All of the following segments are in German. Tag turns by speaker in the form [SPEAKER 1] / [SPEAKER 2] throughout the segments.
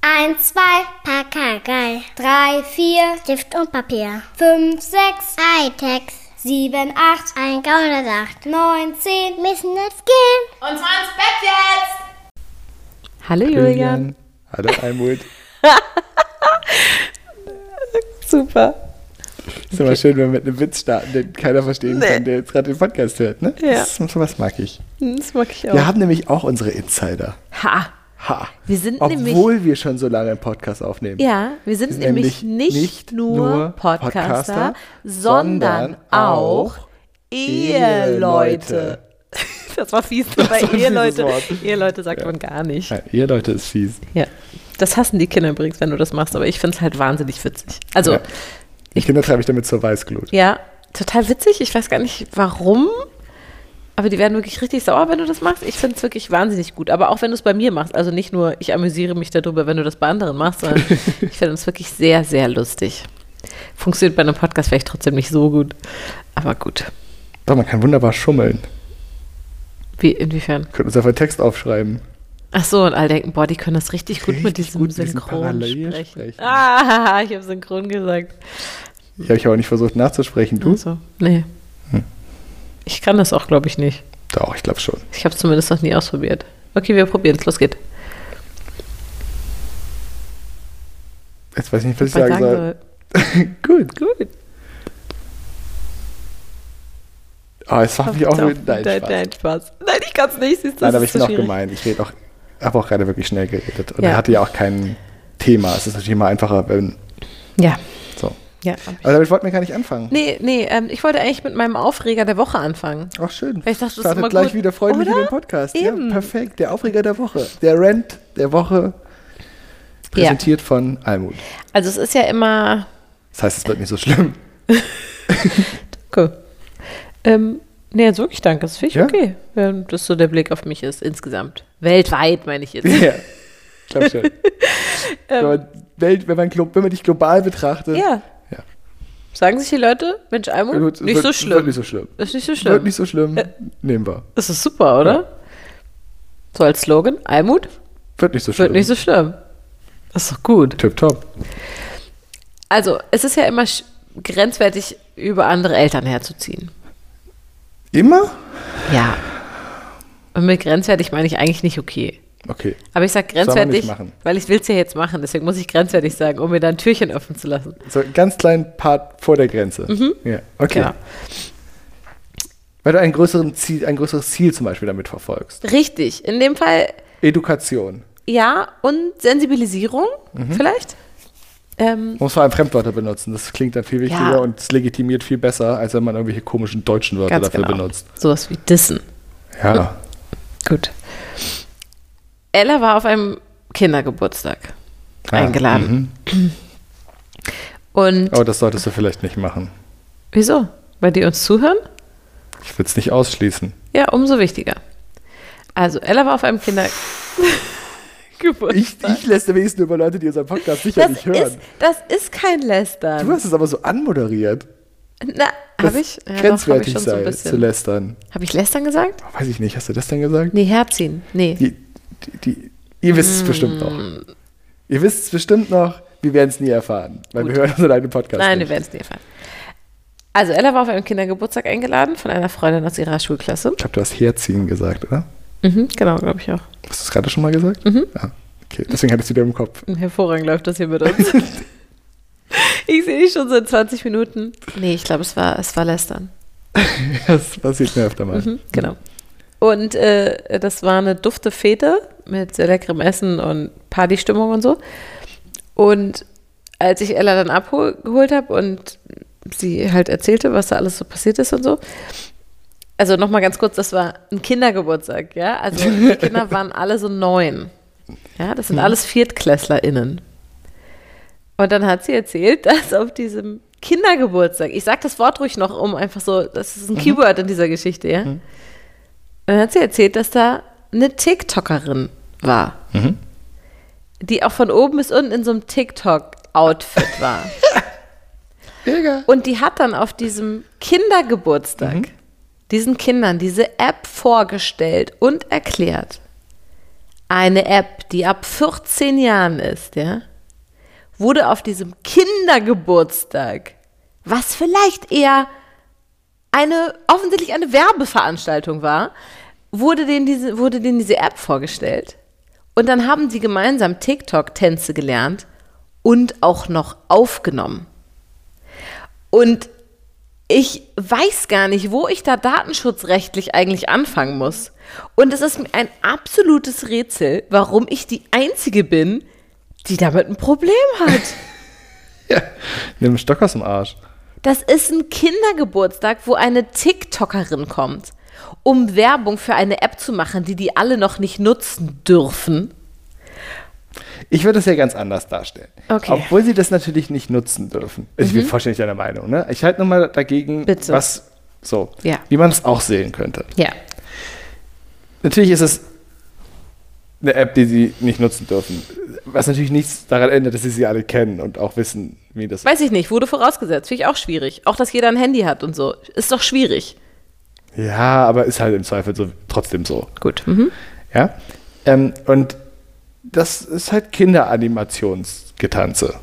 [SPEAKER 1] 1, 2, Pakagei.
[SPEAKER 2] 3, 4,
[SPEAKER 1] Stift und Papier.
[SPEAKER 2] 5, 6,
[SPEAKER 1] Hightech.
[SPEAKER 2] 7, 8,
[SPEAKER 1] 1, 108.
[SPEAKER 2] 9, 10.
[SPEAKER 1] Müssen jetzt gehen.
[SPEAKER 3] Und zwar ins Bett jetzt!
[SPEAKER 4] Hallo Julian.
[SPEAKER 5] Hallo Almut.
[SPEAKER 4] Super.
[SPEAKER 5] Ist immer schön, wenn wir mit einem Witz starten, den keiner verstehen kann, der jetzt gerade den Podcast hört, ne?
[SPEAKER 4] Ja.
[SPEAKER 5] Das, sowas mag ich.
[SPEAKER 4] Hm, Das mag ich auch.
[SPEAKER 5] Wir haben nämlich auch unsere Insider.
[SPEAKER 4] Ha.
[SPEAKER 5] Ha.
[SPEAKER 4] Wir sind nämlich-
[SPEAKER 5] Obwohl wir schon so lange einen Podcast aufnehmen.
[SPEAKER 4] Ja, wir sind,
[SPEAKER 5] sind
[SPEAKER 4] nämlich,
[SPEAKER 5] nämlich
[SPEAKER 4] nicht,
[SPEAKER 5] nicht
[SPEAKER 4] nur,
[SPEAKER 5] nur
[SPEAKER 4] Podcaster,
[SPEAKER 5] Podcaster,
[SPEAKER 4] sondern
[SPEAKER 5] sondern
[SPEAKER 4] auch
[SPEAKER 5] auch
[SPEAKER 4] Eheleute.
[SPEAKER 5] Eheleute.
[SPEAKER 4] Das war fies, ne? bei
[SPEAKER 5] war ein fieses
[SPEAKER 4] Eheleute.
[SPEAKER 5] Wort.
[SPEAKER 4] Eheleute sagt man gar nicht.
[SPEAKER 5] Ja, ihr Leute ist fies.
[SPEAKER 4] Ja. Das hassen die Kinder übrigens, wenn du das machst, aber ich finde es halt wahnsinnig witzig. Also,
[SPEAKER 5] Ja. Die Kinder treibe ich damit zur Weißglut.
[SPEAKER 4] ja, total witzig. Ich weiß gar nicht warum, aber die werden wirklich richtig sauer, wenn du das machst. Ich finde es wirklich wahnsinnig gut. Aber auch wenn du es bei mir machst. Also nicht nur, ich amüsiere mich darüber, wenn du das bei anderen machst, sondern ich finde es wirklich sehr, sehr lustig. Funktioniert bei einem Podcast vielleicht trotzdem nicht so gut. Aber gut.
[SPEAKER 5] Doch, man kann wunderbar schummeln.
[SPEAKER 4] Wie, inwiefern?
[SPEAKER 5] Könnt uns auf einen Text aufschreiben.
[SPEAKER 4] Ach so, und alle denken, boah, die können das richtig gut mit
[SPEAKER 5] Richtig
[SPEAKER 4] diesem
[SPEAKER 5] gut mit diesem
[SPEAKER 4] Synchron
[SPEAKER 5] Parallel
[SPEAKER 4] sprechen.
[SPEAKER 5] sprechen.
[SPEAKER 4] Ah, ich habe Synchron gesagt.
[SPEAKER 5] Ich habe ich aber nicht versucht nachzusprechen. Du? Hm.
[SPEAKER 4] Also, nee. Ich kann das auch, glaube ich, nicht.
[SPEAKER 5] Doch, ich glaube schon.
[SPEAKER 4] Ich habe es zumindest noch nie ausprobiert. Okay, wir probieren es. Los geht.
[SPEAKER 5] Jetzt weiß ich nicht, was ich
[SPEAKER 4] Was
[SPEAKER 5] sagen soll. Gut.
[SPEAKER 4] Gut.
[SPEAKER 5] Ah, es macht mich auch mit. Nein,
[SPEAKER 4] nein,
[SPEAKER 5] Spaß.
[SPEAKER 4] nein, Spaß. Nein, ich kann es nicht. Siehst, du,
[SPEAKER 5] Nein,
[SPEAKER 4] das
[SPEAKER 5] aber
[SPEAKER 4] ist
[SPEAKER 5] ich
[SPEAKER 4] so
[SPEAKER 5] bin auch
[SPEAKER 4] schwierig.
[SPEAKER 5] gemein. Ich rede auch, habe auch gerade wirklich schnell geredet. Und
[SPEAKER 4] Ja.
[SPEAKER 5] er hatte ja auch kein Thema. Es ist natürlich immer einfacher, wenn.
[SPEAKER 4] Ja.
[SPEAKER 5] So.
[SPEAKER 4] ja.
[SPEAKER 5] Aber damit wollten wir gar nicht anfangen.
[SPEAKER 4] Nee, nee, ähm, ich wollte eigentlich mit meinem Aufreger der Woche anfangen.
[SPEAKER 5] Ach, schön.
[SPEAKER 4] Weil ich dachte, das ist
[SPEAKER 5] Startet
[SPEAKER 4] immer
[SPEAKER 5] gleich
[SPEAKER 4] gut.
[SPEAKER 5] wieder freundlich
[SPEAKER 4] Oder?
[SPEAKER 5] in den Podcast.
[SPEAKER 4] Eben.
[SPEAKER 5] Ja, perfekt. Der Aufreger der Woche. Der Rant der Woche. Präsentiert von Almut.
[SPEAKER 4] Also es ist ja immer.
[SPEAKER 5] Das heißt, es wird nicht so schlimm.
[SPEAKER 4] Okay. Ähm, nee, jetzt wirklich danke. Das finde ich
[SPEAKER 5] Ja?
[SPEAKER 4] okay. Wenn das so der Blick auf mich ist, insgesamt. Weltweit meine ich jetzt.
[SPEAKER 5] Ja. Ich glaube schon.
[SPEAKER 4] Ähm.
[SPEAKER 5] wenn, man, Welt- wenn, man, glo- wenn man dich global betrachtet.
[SPEAKER 4] Ja.
[SPEAKER 5] Ja.
[SPEAKER 4] Sagen sich die Leute, Mensch, Almut,
[SPEAKER 5] Gut, es
[SPEAKER 4] nicht
[SPEAKER 5] wird,
[SPEAKER 4] so
[SPEAKER 5] es Wird
[SPEAKER 4] schlimm.
[SPEAKER 5] nicht so schlimm.
[SPEAKER 4] ist nicht so
[SPEAKER 5] Es Wird
[SPEAKER 4] schlimm.
[SPEAKER 5] nicht so schlimm. Nehmen wir.
[SPEAKER 4] Das ist super, oder? So als Slogan, Almut,
[SPEAKER 5] Wird nicht so schlimm.
[SPEAKER 4] wird nicht so schlimm. Das ist doch gut.
[SPEAKER 5] Tipptopp.
[SPEAKER 4] Also, es ist ja immer sch- grenzwertig, über andere Eltern herzuziehen.
[SPEAKER 5] Immer?
[SPEAKER 4] Ja. Und mit grenzwertig meine ich eigentlich nicht okay.
[SPEAKER 5] Okay.
[SPEAKER 4] Aber ich sage
[SPEAKER 5] man nicht
[SPEAKER 4] grenzwertig,
[SPEAKER 5] machen.
[SPEAKER 4] weil ich will es ja jetzt machen. Deswegen muss ich grenzwertig sagen, um mir da ein Türchen öffnen zu lassen.
[SPEAKER 5] So einen ganz kleinen Part vor der Grenze. Ja, okay.
[SPEAKER 4] Genau.
[SPEAKER 5] Weil du einen größeren Ziel, ein größeres Ziel zum Beispiel damit verfolgst.
[SPEAKER 4] Richtig. In dem Fall
[SPEAKER 5] Education.
[SPEAKER 4] ja und Sensibilisierung vielleicht. Ähm,
[SPEAKER 5] Man muss vor allem Fremdwörter benutzen. Das klingt dann viel wichtiger
[SPEAKER 4] Ja.
[SPEAKER 5] und es legitimiert viel besser, als wenn man irgendwelche komischen deutschen Wörter
[SPEAKER 4] ganz
[SPEAKER 5] dafür
[SPEAKER 4] genau.
[SPEAKER 5] benutzt.
[SPEAKER 4] Sowas wie Dissen.
[SPEAKER 5] Ja.
[SPEAKER 4] Gut. Ella war auf einem Kindergeburtstag eingeladen.
[SPEAKER 5] Mhm.
[SPEAKER 4] Und
[SPEAKER 5] Aber das solltest du vielleicht nicht machen.
[SPEAKER 4] wieso? Weil die uns zuhören?
[SPEAKER 5] Ich will es nicht ausschließen.
[SPEAKER 4] Ja, umso wichtiger. Also, Ella war auf einem Kindergeburtstag.
[SPEAKER 5] Ich, ich lässte wenigstens über Leute, die unseren Podcast sicher
[SPEAKER 4] das,
[SPEAKER 5] nicht hören.
[SPEAKER 4] ist, das ist kein Lästern.
[SPEAKER 5] du hast es aber so anmoderiert.
[SPEAKER 4] Na,
[SPEAKER 5] Das
[SPEAKER 4] habe ich? Ja, doch, habe ich
[SPEAKER 5] grenzwertig
[SPEAKER 4] schon so ein
[SPEAKER 5] sei zu
[SPEAKER 4] bisschen.
[SPEAKER 5] lästern.
[SPEAKER 4] Habe ich Lästern gesagt?
[SPEAKER 5] Weiß ich nicht, hast du das denn gesagt?
[SPEAKER 4] Nee, Herziehen. Nee.
[SPEAKER 5] Die, die, die, ihr wisst
[SPEAKER 4] Mm.
[SPEAKER 5] es bestimmt noch. Ihr wisst es bestimmt noch. Wir werden es nie erfahren, weil wir hören so deinen Podcast.
[SPEAKER 4] Nein, wir
[SPEAKER 5] nicht.
[SPEAKER 4] werden es nie erfahren. Also, Ella war auf einem Kindergeburtstag eingeladen von einer Freundin aus ihrer Schulklasse.
[SPEAKER 5] Ich glaube, du hast herziehen gesagt, oder?
[SPEAKER 4] Mhm, genau, glaube ich auch.
[SPEAKER 5] Hast du es gerade schon mal gesagt?
[SPEAKER 4] Mhm.
[SPEAKER 5] Ah, okay, deswegen hattest du dir im Kopf.
[SPEAKER 4] Hervorragend läuft das hier mit uns. ich sehe dich schon seit 20 Minuten. Nee, ich glaube, es war, es war lästern.
[SPEAKER 5] Das passiert mir öfter mal.
[SPEAKER 4] Mhm, genau. Und äh, das war eine dufte Fete mit sehr leckerem Essen und Partystimmung und so. Und als ich Ella dann abgeholt habe und sie halt erzählte, was da alles so passiert ist und so. Also nochmal ganz kurz, das war ein Kindergeburtstag, ja? Also die Kinder waren alle so neun. Ja, das sind alles ViertklässlerInnen. Und dann hat sie erzählt, dass auf diesem Kindergeburtstag, ich sag das Wort ruhig noch um, einfach so, das ist ein Keyword in dieser Geschichte, ja. Und dann hat sie erzählt, dass da eine TikTokerin war, die auch von oben bis unten in so einem TikTok-Outfit war.
[SPEAKER 5] Digga.
[SPEAKER 4] Und die hat dann auf diesem Kindergeburtstag diesen Kindern diese App vorgestellt und erklärt. Eine App, die ab 14 Jahren ist, ja, wurde auf diesem Kindergeburtstag, was vielleicht eher eine, offensichtlich eine Werbeveranstaltung war, wurde denen diese, wurde denen diese App vorgestellt. Und dann haben sie gemeinsam TikTok-Tänze gelernt und auch noch aufgenommen. Und ich weiß gar nicht, wo ich da datenschutzrechtlich eigentlich anfangen muss. Und es ist mir ein absolutes Rätsel, warum ich die Einzige bin, die damit ein Problem hat.
[SPEAKER 5] Ja. Nimm einen Stock aus dem Arsch.
[SPEAKER 4] Das ist ein Kindergeburtstag, wo eine TikTokerin kommt, um Werbung für eine App zu machen, die die alle noch nicht nutzen dürfen.
[SPEAKER 5] Ich würde es ja ganz anders darstellen.
[SPEAKER 4] Okay. Mhm.
[SPEAKER 5] Obwohl sie das natürlich nicht nutzen dürfen. Ich bin vollständig deiner Meinung. Ne? Ich halte nur mal dagegen,
[SPEAKER 4] Bitte.
[SPEAKER 5] was so,
[SPEAKER 4] Ja.
[SPEAKER 5] wie man es auch sehen könnte.
[SPEAKER 4] Ja.
[SPEAKER 5] Natürlich ist es eine App, die sie nicht nutzen dürfen. Was natürlich nichts daran ändert, dass sie sie alle kennen und auch wissen, wie das
[SPEAKER 4] Weiß ich nicht, wurde vorausgesetzt. Finde ich auch schwierig. Auch, dass jeder ein Handy hat und so. Ist doch schwierig.
[SPEAKER 5] Ja, aber ist halt im Zweifel so, trotzdem so.
[SPEAKER 4] Gut. Mhm.
[SPEAKER 5] Ja? Ähm, und das ist halt Kinderanimationsgetanze.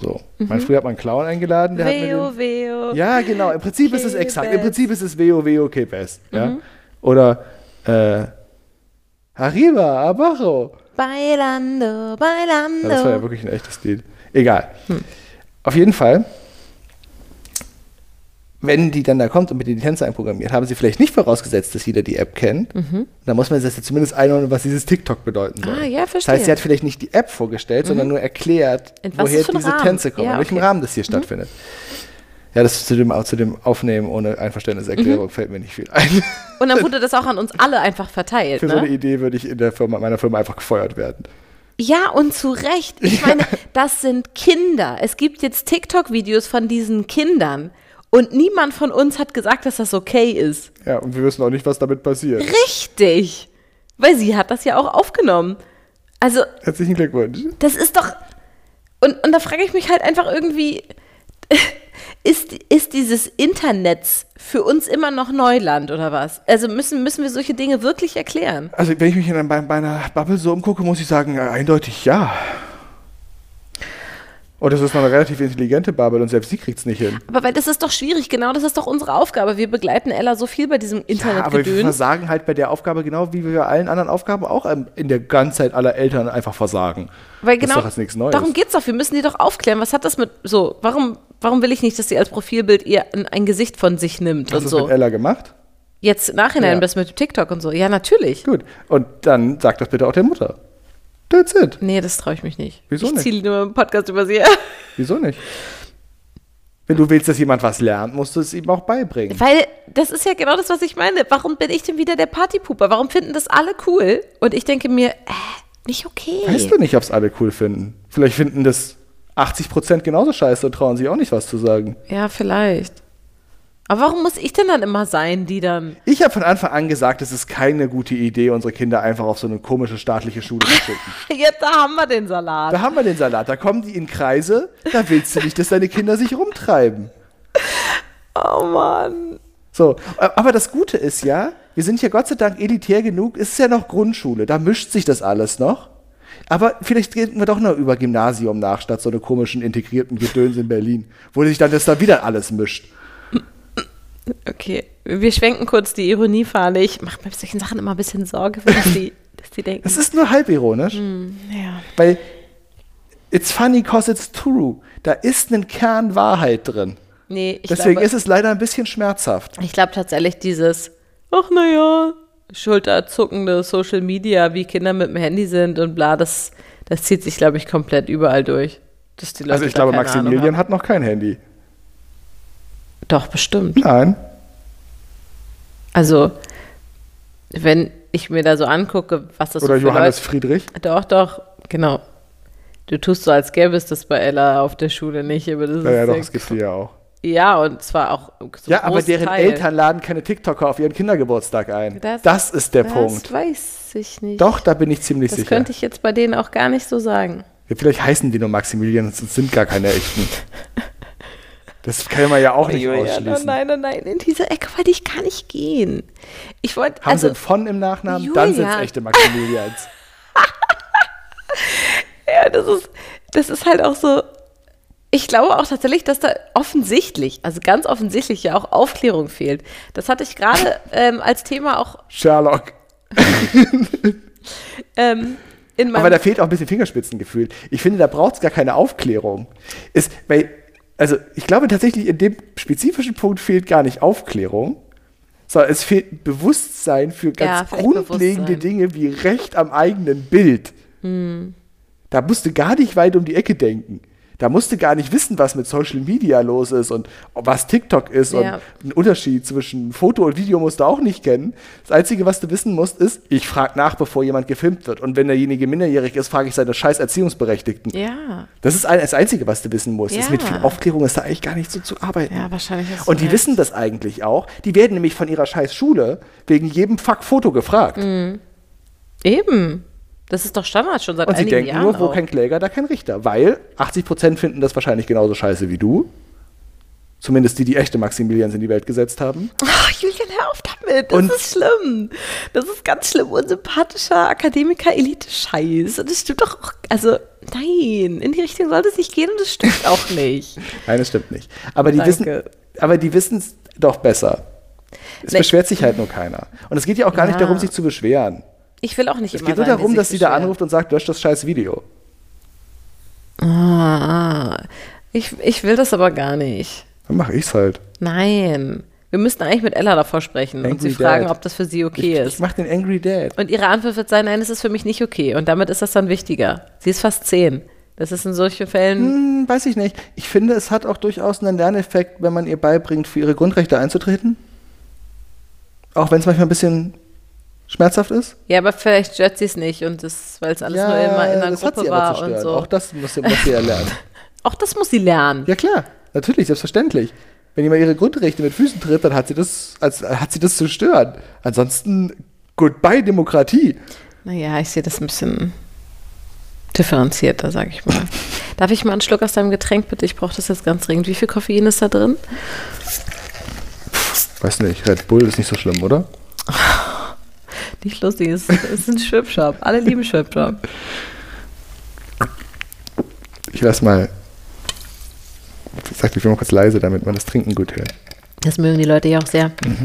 [SPEAKER 5] So. Man, früher hat man einen Clown eingeladen, der hat mit dem-
[SPEAKER 4] Weo, weo.
[SPEAKER 5] Ja, genau. Im Prinzip ist es
[SPEAKER 4] Okay,
[SPEAKER 5] exakt. Im
[SPEAKER 4] best.
[SPEAKER 5] Prinzip ist es Weo Weo que best. Ja? Oder äh, Arriba, Abajo.
[SPEAKER 4] Bailando,
[SPEAKER 5] Ja, das war ja
[SPEAKER 4] bailando.
[SPEAKER 5] wirklich ein echtes Lied. Egal.
[SPEAKER 4] Hm.
[SPEAKER 5] Auf jeden Fall, wenn die dann da kommt und mit den Tänzer einprogrammiert, haben sie vielleicht nicht vorausgesetzt, dass jeder die App kennt. Dann muss man das ja zumindest einordnen, was dieses TikTok bedeuten soll.
[SPEAKER 4] Mhm. Ah, ja,
[SPEAKER 5] Das heißt, sie
[SPEAKER 4] verstehe.
[SPEAKER 5] hat vielleicht nicht die App vorgestellt, sondern nur erklärt,
[SPEAKER 4] In was
[SPEAKER 5] woher
[SPEAKER 4] für einem
[SPEAKER 5] diese
[SPEAKER 4] Rahmen?
[SPEAKER 5] Tänze kommen,
[SPEAKER 4] Ja,
[SPEAKER 5] in welchem
[SPEAKER 4] okay. Mhm.
[SPEAKER 5] Rahmen das hier stattfindet. Ja, das zu dem, zu dem Aufnehmen ohne Einverständniserklärung
[SPEAKER 4] Mhm.
[SPEAKER 5] fällt mir nicht viel ein.
[SPEAKER 4] Und dann wurde das auch an uns alle einfach verteilt.
[SPEAKER 5] Für
[SPEAKER 4] ne?
[SPEAKER 5] so eine Idee würde ich in der Firma, meiner Firma einfach gefeuert werden.
[SPEAKER 4] Ja, und zu Recht. Ich meine, das sind Kinder. Es gibt jetzt TikTok-Videos von diesen Kindern. Und niemand von uns hat gesagt, dass das okay ist.
[SPEAKER 5] Ja, und wir wissen auch nicht, was damit passiert.
[SPEAKER 4] Richtig. Weil sie hat das ja auch aufgenommen. Also,
[SPEAKER 5] Herzlichen Glückwunsch.
[SPEAKER 4] das ist doch. Und, und da frage ich mich halt einfach irgendwie, ist, ist dieses Internet für uns immer noch Neuland oder was? Also müssen, müssen wir solche Dinge wirklich erklären?
[SPEAKER 5] Also, wenn ich mich in mein- meiner Bubble so umgucke, muss ich sagen, äh, eindeutig ja. Und das ist noch eine relativ intelligente Bubble und selbst die kriegt es nicht hin.
[SPEAKER 4] Aber weil das ist doch schwierig, genau, das ist doch unsere Aufgabe. Wir begleiten Ella so viel bei diesem
[SPEAKER 5] aber wir
[SPEAKER 4] Internetgedöns.
[SPEAKER 5] versagen halt bei der Aufgabe genau, wie wir bei allen anderen Aufgaben auch ähm, in der Ganzheit aller Eltern einfach versagen.
[SPEAKER 4] Weil
[SPEAKER 5] das
[SPEAKER 4] genau,
[SPEAKER 5] ist doch jetzt nichts Neues.
[SPEAKER 4] darum geht's doch. Wir müssen die doch aufklären. Was hat das mit so? Warum, warum will ich nicht, dass sie als Profilbild ihr ein, ein Gesicht von sich nimmt
[SPEAKER 5] Hast du
[SPEAKER 4] und
[SPEAKER 5] es
[SPEAKER 4] so?
[SPEAKER 5] mit Ella gemacht?
[SPEAKER 4] Jetzt im nachhinein
[SPEAKER 5] Ja.
[SPEAKER 4] das mit TikTok und so. Ja, natürlich.
[SPEAKER 5] Gut. Und dann sag das bitte auch der Mutter. That's it.
[SPEAKER 4] Nee, das traue ich mich nicht.
[SPEAKER 5] Wieso
[SPEAKER 4] ich
[SPEAKER 5] nicht?
[SPEAKER 4] ziehe nur einen Podcast über sie.
[SPEAKER 5] Wieso nicht? Wenn du willst, dass jemand was lernt, musst du es ihm auch beibringen.
[SPEAKER 4] Weil das ist ja genau das, was ich meine. Warum bin ich denn wieder der Partypuper? Warum finden das alle cool? Und ich denke mir, äh, nicht okay.
[SPEAKER 5] Weißt du Ah, nicht, ob es alle cool finden. Vielleicht finden das 80% genauso scheiße und trauen sich auch nicht, was zu sagen.
[SPEAKER 4] Ja, vielleicht. Aber warum muss ich denn dann immer sein, die dann?
[SPEAKER 5] Ich habe von Anfang an gesagt, es ist keine gute Idee, unsere Kinder einfach auf so eine komische staatliche Schule zu schicken.
[SPEAKER 4] Jetzt da haben wir den Salat.
[SPEAKER 5] Da haben wir den Salat, da kommen die in Kreise, da willst du nicht, dass deine Kinder sich rumtreiben.
[SPEAKER 4] Oh Mann.
[SPEAKER 5] So, aber das Gute ist ja, wir sind ja Gott sei Dank elitär genug, es ist ja noch Grundschule, da mischt sich das alles noch. Aber vielleicht reden wir doch noch über Gymnasium nach, statt so eine komischen integrierten Gedöns in Berlin, wo sich dann das da wieder alles mischt.
[SPEAKER 4] Okay, wir schwenken kurz die Ironiefahne. Ich mache bei solchen Sachen immer ein bisschen Sorge, wenn ich die, dass die denken.
[SPEAKER 5] Es ist nur halb ironisch.
[SPEAKER 4] Hm, Ja.
[SPEAKER 5] Weil it's funny cause it's true. Da ist ein Kern Wahrheit drin.
[SPEAKER 4] Nee, ich
[SPEAKER 5] Deswegen
[SPEAKER 4] glaube,
[SPEAKER 5] ist es leider ein bisschen schmerzhaft.
[SPEAKER 4] ich glaube tatsächlich dieses, ach naja, schulterzuckende Social Media, wie Kinder mit dem Handy sind und bla, das, das zieht sich, glaube ich, komplett überall durch. Dass die Leute
[SPEAKER 5] Also ich
[SPEAKER 4] da
[SPEAKER 5] glaube,
[SPEAKER 4] keine Ahnung
[SPEAKER 5] Maximilian
[SPEAKER 4] haben.
[SPEAKER 5] hat noch kein Handy.
[SPEAKER 4] Doch, bestimmt.
[SPEAKER 5] Nein.
[SPEAKER 4] Also, wenn ich mir da so angucke, was das
[SPEAKER 5] Oder
[SPEAKER 4] so für
[SPEAKER 5] Johannes
[SPEAKER 4] Leute,
[SPEAKER 5] Friedrich.
[SPEAKER 4] Doch, doch, genau. Du tust so, als gäbe es das bei Ella auf der Schule nicht, aber das
[SPEAKER 5] Naja,
[SPEAKER 4] ist
[SPEAKER 5] doch,
[SPEAKER 4] sehr
[SPEAKER 5] es gibt die ja auch.
[SPEAKER 4] Ja, und zwar auch so
[SPEAKER 5] Ja, aber
[SPEAKER 4] großen
[SPEAKER 5] deren
[SPEAKER 4] Teil.
[SPEAKER 5] Eltern laden keine TikToker auf ihren Kindergeburtstag ein. Das,
[SPEAKER 4] Das-
[SPEAKER 5] ist der
[SPEAKER 4] das
[SPEAKER 5] Punkt.
[SPEAKER 4] weiß ich nicht.
[SPEAKER 5] Doch, da bin ich ziemlich
[SPEAKER 4] Das
[SPEAKER 5] sicher.
[SPEAKER 4] könnte ich jetzt bei denen auch gar nicht so sagen.
[SPEAKER 5] Vielleicht heißen die nur Maximilian und sind gar keine echten. Das kann man ja auch nicht ausschließen.
[SPEAKER 4] oh nein, oh nein, in diese Ecke wollte ich gar nicht gehen. Ich wollte,
[SPEAKER 5] Haben
[SPEAKER 4] also,
[SPEAKER 5] sie ein von im Nachnamen, dann sind es
[SPEAKER 4] Julia.
[SPEAKER 5] echte Maximilians.
[SPEAKER 4] Ja, das ist, das ist halt auch so. Ich glaube auch tatsächlich, dass da offensichtlich, also ganz offensichtlich ja auch Aufklärung fehlt. Das hatte ich gerade ähm, als Thema auch
[SPEAKER 5] Sherlock.
[SPEAKER 4] ähm, in meinem.
[SPEAKER 5] Aber da fehlt auch ein bisschen Fingerspitzengefühl. Ich finde, da braucht es gar keine Aufklärung. Ist, weil, also ich glaube tatsächlich, in dem spezifischen Punkt fehlt gar nicht Aufklärung, sondern es fehlt Bewusstsein für ganz
[SPEAKER 4] vielleicht
[SPEAKER 5] grundlegende
[SPEAKER 4] Bewusstsein.
[SPEAKER 5] Dinge wie Recht am eigenen Bild. Da musst du gar nicht weit um die Ecke denken. Da musst du gar nicht wissen, was mit Social Media los ist und was TikTok ist
[SPEAKER 4] Ja.
[SPEAKER 5] und einen Unterschied zwischen Foto und Video musst du auch nicht kennen. Das Einzige, was du wissen musst, ist, ich frage nach, bevor jemand gefilmt wird. Und wenn derjenige minderjährig ist, frage ich seine scheiß Erziehungsberechtigten.
[SPEAKER 4] ja,
[SPEAKER 5] Das ist ein- das Einzige, was du wissen musst. Ist
[SPEAKER 4] Ja.
[SPEAKER 5] mit viel Aufklärung ist da eigentlich gar nicht so zu arbeiten.
[SPEAKER 4] Ja, wahrscheinlich hast du
[SPEAKER 5] Und die
[SPEAKER 4] recht.
[SPEAKER 5] wissen das eigentlich auch. Die werden nämlich von ihrer scheiß Schule wegen jedem Fuck-Foto gefragt.
[SPEAKER 4] eben. Das ist doch Standard schon seit
[SPEAKER 5] Und sie
[SPEAKER 4] einigen
[SPEAKER 5] denken
[SPEAKER 4] Jahren.
[SPEAKER 5] nur, wo
[SPEAKER 4] auch.
[SPEAKER 5] kein Kläger, da kein Richter. Weil 80% finden das wahrscheinlich genauso scheiße wie du. Zumindest die, die echte Maximilians in die Welt gesetzt haben.
[SPEAKER 4] Ach, Julian, Oh, hör auf damit. Das
[SPEAKER 5] Und-
[SPEAKER 4] ist schlimm. Das ist ganz schlimm. Unsympathischer Akademiker-Elite-Scheiß. Und das stimmt doch auch. Also, nein. In die Richtung sollte es nicht gehen und das stimmt auch nicht.
[SPEAKER 5] Nein, das stimmt nicht. Aber die
[SPEAKER 4] Danke.
[SPEAKER 5] wissen, aber die wissen es doch besser. Es
[SPEAKER 4] Nee.
[SPEAKER 5] beschwert sich halt nur keiner. Und es geht ja auch gar nicht
[SPEAKER 4] Ja.
[SPEAKER 5] darum, sich zu beschweren.
[SPEAKER 4] Ich will auch nicht
[SPEAKER 5] Es
[SPEAKER 4] immer
[SPEAKER 5] geht nur
[SPEAKER 4] sein, wie
[SPEAKER 5] darum,
[SPEAKER 4] sich
[SPEAKER 5] dass sie da
[SPEAKER 4] beschweren.
[SPEAKER 5] anruft und sagt, lösch das scheiß Video.
[SPEAKER 4] Ah, ich, ich will das aber gar nicht.
[SPEAKER 5] Dann mache ich's halt.
[SPEAKER 4] Nein. Wir müssten eigentlich mit Ella davor sprechen und
[SPEAKER 5] Angry
[SPEAKER 4] sie fragen,
[SPEAKER 5] Dad.
[SPEAKER 4] ob das für sie okay
[SPEAKER 5] ich,
[SPEAKER 4] ist.
[SPEAKER 5] Ich mach den Angry Dad.
[SPEAKER 4] Und ihre Antwort wird sein, nein, es ist für mich nicht okay. Und damit ist das dann wichtiger. Sie ist fast zehn. Das ist in solchen Fällen.
[SPEAKER 5] Hm, weiß ich nicht. Ich finde, es hat auch durchaus einen Lerneffekt, wenn man ihr beibringt, für ihre Grundrechte einzutreten. Auch wenn es manchmal ein bisschen schmerzhaft ist.
[SPEAKER 4] Ja, aber vielleicht stört sie es nicht und das, weil es alles nur immer in einer
[SPEAKER 5] das hat sie
[SPEAKER 4] Gruppe
[SPEAKER 5] aber
[SPEAKER 4] war
[SPEAKER 5] zu
[SPEAKER 4] und
[SPEAKER 5] stören.
[SPEAKER 4] so.
[SPEAKER 5] Auch das muss sie, muss sie ja lernen.
[SPEAKER 4] Auch das muss sie lernen.
[SPEAKER 5] Ja klar, natürlich, selbstverständlich. Wenn jemand ihre Grundrechte mit Füßen tritt, dann hat sie das, als, hat sie das zu stören. Ansonsten goodbye Demokratie.
[SPEAKER 4] Naja, ich sehe das ein bisschen differenzierter, sag ich mal. Darf ich mal einen Schluck aus deinem Getränk bitte? Ich brauche das jetzt ganz dringend. Wie viel Koffein ist da drin?
[SPEAKER 5] Weiß nicht, Red Bull ist nicht so schlimm, oder?
[SPEAKER 4] Nicht lustig, es es ist ein Schwipschwap. Alle lieben Schwipschwap.
[SPEAKER 5] Ich lass mal. Ich sag, ich will mal kurz leise, damit man das Trinken gut hört.
[SPEAKER 4] Das mögen die Leute ja auch sehr.
[SPEAKER 5] Mhm.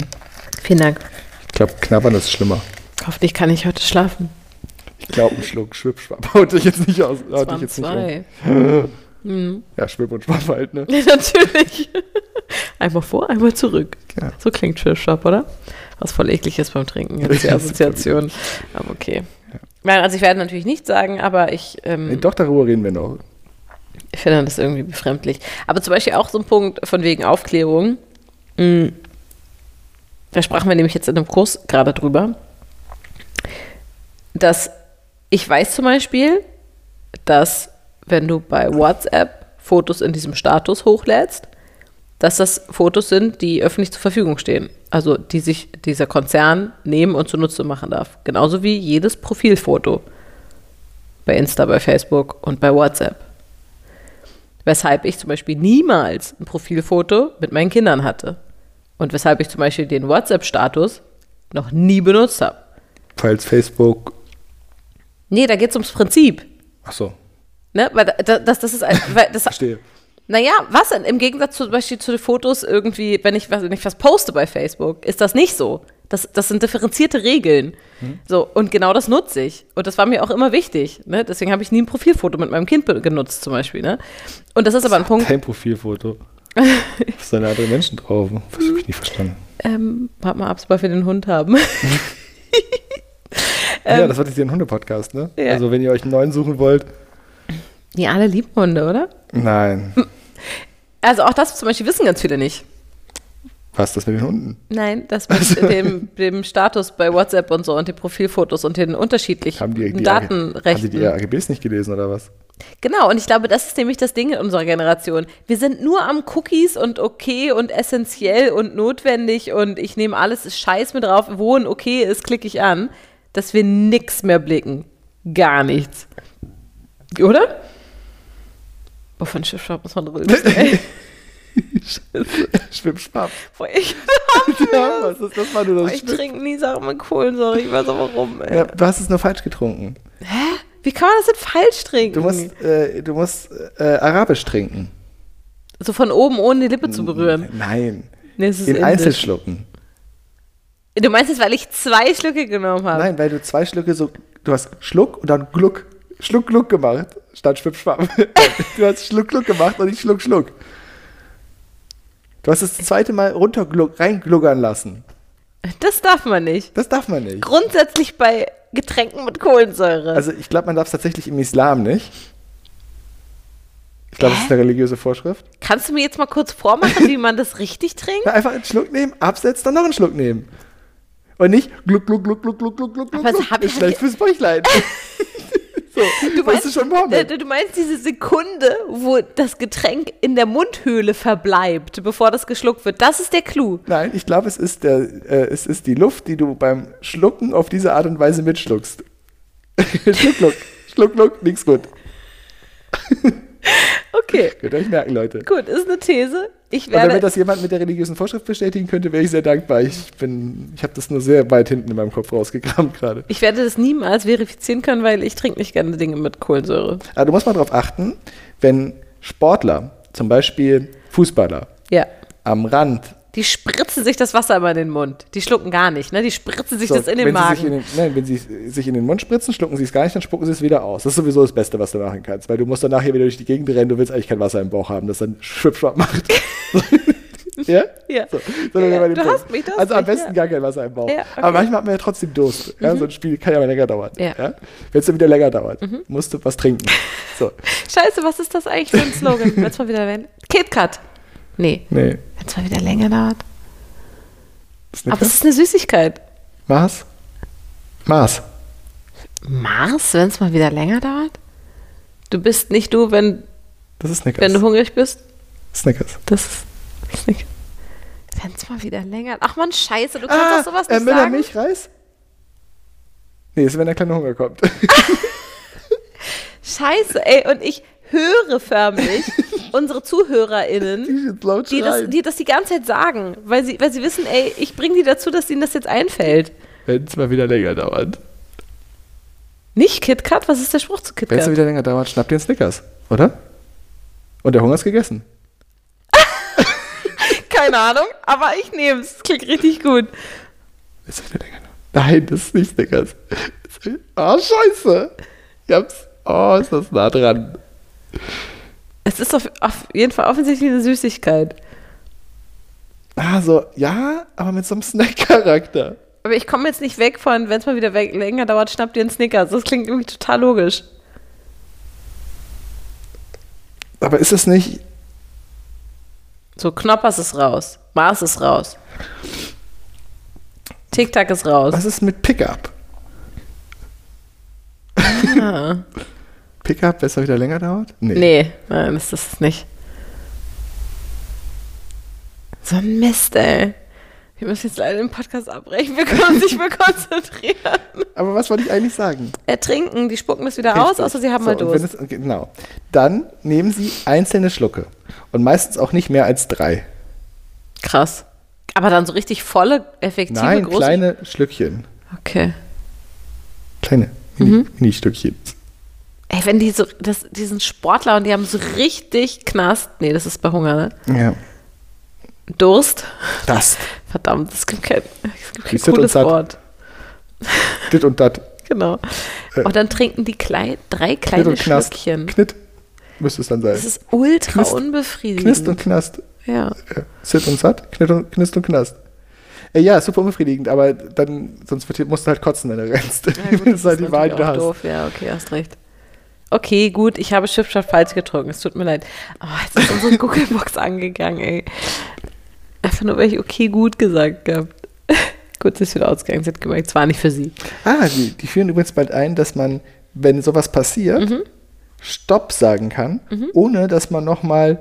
[SPEAKER 4] Vielen Dank.
[SPEAKER 5] Ich glaube, knabbern ist schlimmer.
[SPEAKER 4] Hoffentlich kann ich heute schlafen.
[SPEAKER 5] Ich glaube, ein Schluck Schwippschwapp haut dich jetzt nicht aus. Haut dich
[SPEAKER 4] Waren
[SPEAKER 5] jetzt nicht um.
[SPEAKER 4] zwei. Mhm.
[SPEAKER 5] Ja, Schwipp und Schwapp halt, ne?
[SPEAKER 4] Natürlich. Einmal vor, einmal zurück.
[SPEAKER 5] Ja.
[SPEAKER 4] So klingt Schwipschwap, oder? Was voll ekliges beim Trinken, jetzt die
[SPEAKER 5] Ja,
[SPEAKER 4] Assoziation. Aber okay. Nein, also ich werde natürlich nichts sagen, aber ich ähm,
[SPEAKER 5] Nee, doch, darüber reden wir noch.
[SPEAKER 4] Ich finde das irgendwie befremdlich. Aber zum Beispiel auch so ein Punkt von wegen Aufklärung. Mm. Da sprachen wir nämlich jetzt in einem Kurs gerade drüber, dass ich weiß zum Beispiel, dass wenn du bei WhatsApp Fotos in diesem Status hochlädst, dass das Fotos sind, die öffentlich zur Verfügung stehen. Also die sich dieser Konzern nehmen und zunutze machen darf. Genauso wie jedes Profilfoto bei Insta, bei Facebook und bei WhatsApp. Weshalb ich zum Beispiel niemals ein Profilfoto mit meinen Kindern hatte. Und weshalb ich zum Beispiel den WhatsApp-Status noch nie benutzt habe.
[SPEAKER 5] Falls Facebook.
[SPEAKER 4] Nee, da geht es ums Prinzip.
[SPEAKER 5] Achso,
[SPEAKER 4] Ne? Weil da- das, das ist ein, weil das,
[SPEAKER 5] verstehe.
[SPEAKER 4] Naja, was denn? Im Gegensatz zum Beispiel zu den Fotos irgendwie, wenn ich, was, wenn ich was poste bei Facebook, ist das nicht so. Das, das sind differenzierte Regeln. So, und genau das nutze ich. Und das war mir auch immer wichtig. Ne? Deswegen habe ich nie ein Profilfoto mit meinem Kind be- genutzt, zum Beispiel. Ne? Und das ist aber ein Punkt.
[SPEAKER 5] Kein Profilfoto. Was sind da andere Menschen drauf? Das habe ich nicht verstanden.
[SPEAKER 4] Ähm, warte mal ab, sobald wir den Hund haben.
[SPEAKER 5] ja, das war jetzt hier ein Hunde-Podcast, ne?
[SPEAKER 4] Ähm. Ja.
[SPEAKER 5] Also, wenn ihr euch einen neuen suchen wollt.
[SPEAKER 4] Die alle lieben Hunde, oder?
[SPEAKER 5] Nein.
[SPEAKER 4] Hm. Also auch das zum Beispiel wissen ganz viele nicht.
[SPEAKER 5] Was das mit den Hunden?
[SPEAKER 4] Nein, das mit dem, dem Status bei WhatsApp und so und den Profilfotos und den unterschiedlichen
[SPEAKER 5] Haben die, die Haben die
[SPEAKER 4] Datenrechten.
[SPEAKER 5] die AGBs nicht gelesen oder was?
[SPEAKER 4] Genau, und ich glaube, das ist nämlich das Ding in unserer Generation. Wir sind nur am Cookies und okay und essentiell und notwendig und ich nehme alles ist Scheiß mit drauf, wo ein okay ist, klicke ich an, dass wir nichts mehr blicken. Gar nichts. Oder? Oh, von Schiffschaft muss man reden. Ey,
[SPEAKER 5] Schwippschwapp.
[SPEAKER 4] boah, ich
[SPEAKER 5] Ja, was ist das? War nur das
[SPEAKER 4] Oh, ich
[SPEAKER 5] Schwipp-
[SPEAKER 4] trinke nie Sachen mit Kohlensäure, ich weiß aber warum, ey.
[SPEAKER 5] ja, Du hast es nur falsch getrunken.
[SPEAKER 4] Wie kann man das denn falsch trinken?
[SPEAKER 5] Du musst, äh, du musst äh, Arabisch trinken.
[SPEAKER 4] so von oben ohne die Lippe zu
[SPEAKER 5] Mm.
[SPEAKER 4] berühren.
[SPEAKER 5] Nein.
[SPEAKER 4] Nee, es ist
[SPEAKER 5] In
[SPEAKER 4] indisch.
[SPEAKER 5] Einzelschlucken.
[SPEAKER 4] Du meinst es, weil ich zwei Schlücke genommen habe?
[SPEAKER 5] Nein, weil du zwei Schlücke so. Du hast Schluck und dann Gluck. Schluck, Gluck gemacht. Statt Schwipp, Schwapp. du hast Schluck, Gluck gemacht und nicht Schluck, Schluck. Du hast es das zweite Mal runtergluck, reingluggern lassen.
[SPEAKER 4] Das darf man nicht.
[SPEAKER 5] Das darf man nicht.
[SPEAKER 4] Grundsätzlich bei Getränken mit Kohlensäure.
[SPEAKER 5] Also, ich glaube, man darf es tatsächlich im Islam nicht. Ich glaube, es ist eine religiöse Vorschrift.
[SPEAKER 4] Kannst du mir jetzt mal kurz vormachen, wie man das richtig trinkt?
[SPEAKER 5] Na, einfach einen Schluck nehmen, absetzen, dann noch einen Schluck nehmen. Und nicht gluck, gluck, gluck, gluck, gluck, gluck, gluck, gluck.
[SPEAKER 4] Aber das
[SPEAKER 5] gluck.
[SPEAKER 4] hab ich-
[SPEAKER 5] Ist schlecht fürs Bäuchlein. so, du weißt du schon,
[SPEAKER 4] äh,
[SPEAKER 5] Mohammed.
[SPEAKER 4] du meinst diese Sekunde, wo das Getränk in der Mundhöhle verbleibt, bevor das geschluckt wird. Das ist der Clou.
[SPEAKER 5] Nein, ich glaube, es, ist der, äh, es ist die Luft, die du beim Schlucken auf diese Art und Weise mitschluckst. schluck, schluck, schluck, schluck, nix gut.
[SPEAKER 4] Okay,
[SPEAKER 5] Könnt ihr euch merken, Leute. Und
[SPEAKER 4] gut, ist eine These. Ich
[SPEAKER 5] Also wenn mir
[SPEAKER 4] werde,
[SPEAKER 5] das jemand mit der religiösen Vorschrift bestätigen könnte, wäre ich sehr dankbar. Ich bin, ich habe das nur sehr weit hinten in meinem Kopf rausgekramt gerade.
[SPEAKER 4] ich werde das niemals verifizieren können, weil ich trinke nicht gerne Dinge mit Kohlensäure.
[SPEAKER 5] Aber du musst mal darauf achten, wenn Sportler, zum Beispiel Fußballer,
[SPEAKER 4] Ja.
[SPEAKER 5] am Rand.
[SPEAKER 4] Die spritzen sich das Wasser immer in den Mund. Die schlucken gar nicht, ne? Die spritzen sich
[SPEAKER 5] So,
[SPEAKER 4] das in den
[SPEAKER 5] wenn
[SPEAKER 4] Magen.
[SPEAKER 5] Sie sich in den, nein, wenn sie es- sich in den Mund spritzen, schlucken sie es gar nicht, dann spucken sie es wieder aus. Das ist sowieso das Beste, was du machen kannst, weil du musst dann nachher wieder durch die Gegend rennen, du willst eigentlich kein Wasser im Bauch haben, das dann schwippschwapp macht. ja?
[SPEAKER 4] Ja.
[SPEAKER 5] So, sondern
[SPEAKER 4] Ja,
[SPEAKER 5] wenn man den
[SPEAKER 4] du
[SPEAKER 5] Punkt-
[SPEAKER 4] hast mich, du hast
[SPEAKER 5] Also am
[SPEAKER 4] mich,
[SPEAKER 5] besten
[SPEAKER 4] ja.
[SPEAKER 5] gar kein Wasser im Bauch.
[SPEAKER 4] Ja, okay. Mhm.
[SPEAKER 5] Aber manchmal hat man ja trotzdem Durst. Ja, So ein Spiel kann ja mal länger dauern.
[SPEAKER 4] Ja. Mhm.
[SPEAKER 5] Wenn es dann wieder länger dauert, musst du was trinken. So.
[SPEAKER 4] Scheiße, was ist das eigentlich für ein Slogan? Wenn es mal wieder länger. KitKat. Nee,
[SPEAKER 5] Nee.
[SPEAKER 4] wenn es mal wieder länger dauert.
[SPEAKER 5] Ist
[SPEAKER 4] Aber
[SPEAKER 5] nicht
[SPEAKER 4] es ist eine Süßigkeit.
[SPEAKER 5] Mars? Mars.
[SPEAKER 4] Mars, wenn es mal wieder länger dauert? Du bist nicht du, wenn,
[SPEAKER 5] Das ist
[SPEAKER 4] wenn du
[SPEAKER 5] Snickers.
[SPEAKER 4] hungrig bist.
[SPEAKER 5] Snickers.
[SPEAKER 4] Das ist- das ist nicht. Wenn es mal wieder länger. Ach man, scheiße, du kannst doch sowas
[SPEAKER 5] äh,
[SPEAKER 4] nicht
[SPEAKER 5] Müller
[SPEAKER 4] sagen.
[SPEAKER 5] Milchreis? Nee, ist, wenn der kleine Hunger kommt.
[SPEAKER 4] Scheiße, ey, und ich höre förmlich unsere ZuhörerInnen,
[SPEAKER 5] jetzt laut
[SPEAKER 4] die das, die das die ganze Zeit sagen, weil sie, weil sie wissen, ey, ich bringe die dazu, dass ihnen das jetzt einfällt.
[SPEAKER 5] Wenn es mal wieder länger dauert.
[SPEAKER 4] Nicht KitKat? Was ist der Spruch zu
[SPEAKER 5] Wenn es mal
[SPEAKER 4] KitKat?
[SPEAKER 5] wieder länger dauert, schnapp dir einen Snickers, oder? Und der Hunger ist gegessen.
[SPEAKER 4] Keine Ahnung, aber ich nehme es. Klingt richtig gut.
[SPEAKER 5] Wenn es wieder länger dauert. Nein, das ist nicht Snickers. Ah, scheiße. Ich hab's. Oh, ist das nah dran.
[SPEAKER 4] Es ist auf, auf jeden Fall offensichtlich eine Süßigkeit.
[SPEAKER 5] Ah, so, ja, aber mit so einem Snack-Charakter.
[SPEAKER 4] Aber ich komme jetzt nicht weg von, wenn es mal wieder weg, länger dauert, schnappt ihr einen Snickers. Das klingt irgendwie total logisch.
[SPEAKER 5] Aber ist es nicht.
[SPEAKER 4] So, Knoppers ist raus. Mars ist raus. Tic-Tac ist raus.
[SPEAKER 5] Was ist mit Pickup?
[SPEAKER 4] Ah.
[SPEAKER 5] Pickup, wenn es mal wieder länger dauert?
[SPEAKER 4] Nee, nein, das ist es nicht. So ein Mist, ey. Wir müssen jetzt leider den Podcast abbrechen. Wir können uns nicht mehr konzentrieren.
[SPEAKER 5] Aber was wollte ich eigentlich sagen?
[SPEAKER 4] Ertrinken, die spucken das wieder aus,
[SPEAKER 5] Richtig.
[SPEAKER 4] außer sie haben
[SPEAKER 5] So,
[SPEAKER 4] mal
[SPEAKER 5] und
[SPEAKER 4] Durst.
[SPEAKER 5] wenn es- genau. Dann nehmen Sie einzelne Schlucke und meistens auch nicht mehr als drei.
[SPEAKER 4] Krass. Aber dann so richtig volle, effektive,
[SPEAKER 5] Nein,
[SPEAKER 4] große.
[SPEAKER 5] kleine Schlückchen.
[SPEAKER 4] Okay.
[SPEAKER 5] Kleine
[SPEAKER 4] Mhm.
[SPEAKER 5] Mini- Mini-Stückchen.
[SPEAKER 4] Ey, wenn die so, das, die sind Sportler und die haben so richtig Knast. Nee, das ist bei Hunger, ne?
[SPEAKER 5] ja.
[SPEAKER 4] Durst.
[SPEAKER 5] Das.
[SPEAKER 4] Verdammt, es gibt kein, es gibt kein
[SPEAKER 5] Sit und
[SPEAKER 4] cooles
[SPEAKER 5] satt.
[SPEAKER 4] Wort.
[SPEAKER 5] Dit und dat.
[SPEAKER 4] Genau. Und dann trinken die klei drei
[SPEAKER 5] Knit
[SPEAKER 4] kleine
[SPEAKER 5] und Äh. Knast.
[SPEAKER 4] Schlückchen.
[SPEAKER 5] Knit. Müsste es dann sein.
[SPEAKER 4] Das ist ultra
[SPEAKER 5] Knist- Knist und
[SPEAKER 4] unbefriedigend.
[SPEAKER 5] Knast.
[SPEAKER 4] Ja.
[SPEAKER 5] Ja. Sit und satt. Knit und, Knist und Knast. Äh, Ja, ist super unbefriedigend, aber dann, sonst wird- musst du halt kotzen, wenn du rennst. das ist halt die Wahl, die
[SPEAKER 4] natürlich
[SPEAKER 5] du
[SPEAKER 4] auch
[SPEAKER 5] hast.
[SPEAKER 4] doof. Ja, okay, hast recht. Okay, gut, ich habe Schiffschaft falsch getrunken. Es tut mir leid. Aber jetzt ist unsere Google-Box angegangen, ey. Einfach nur, weil ich okay, gut gesagt habe. gut, sie ist wieder ausgegangen. Sie hat gemerkt, es war nicht für sie.
[SPEAKER 5] Ah, die, die führen übrigens bald ein, dass man, wenn sowas passiert,
[SPEAKER 4] Mhm.
[SPEAKER 5] Stopp sagen kann, ohne dass man nochmal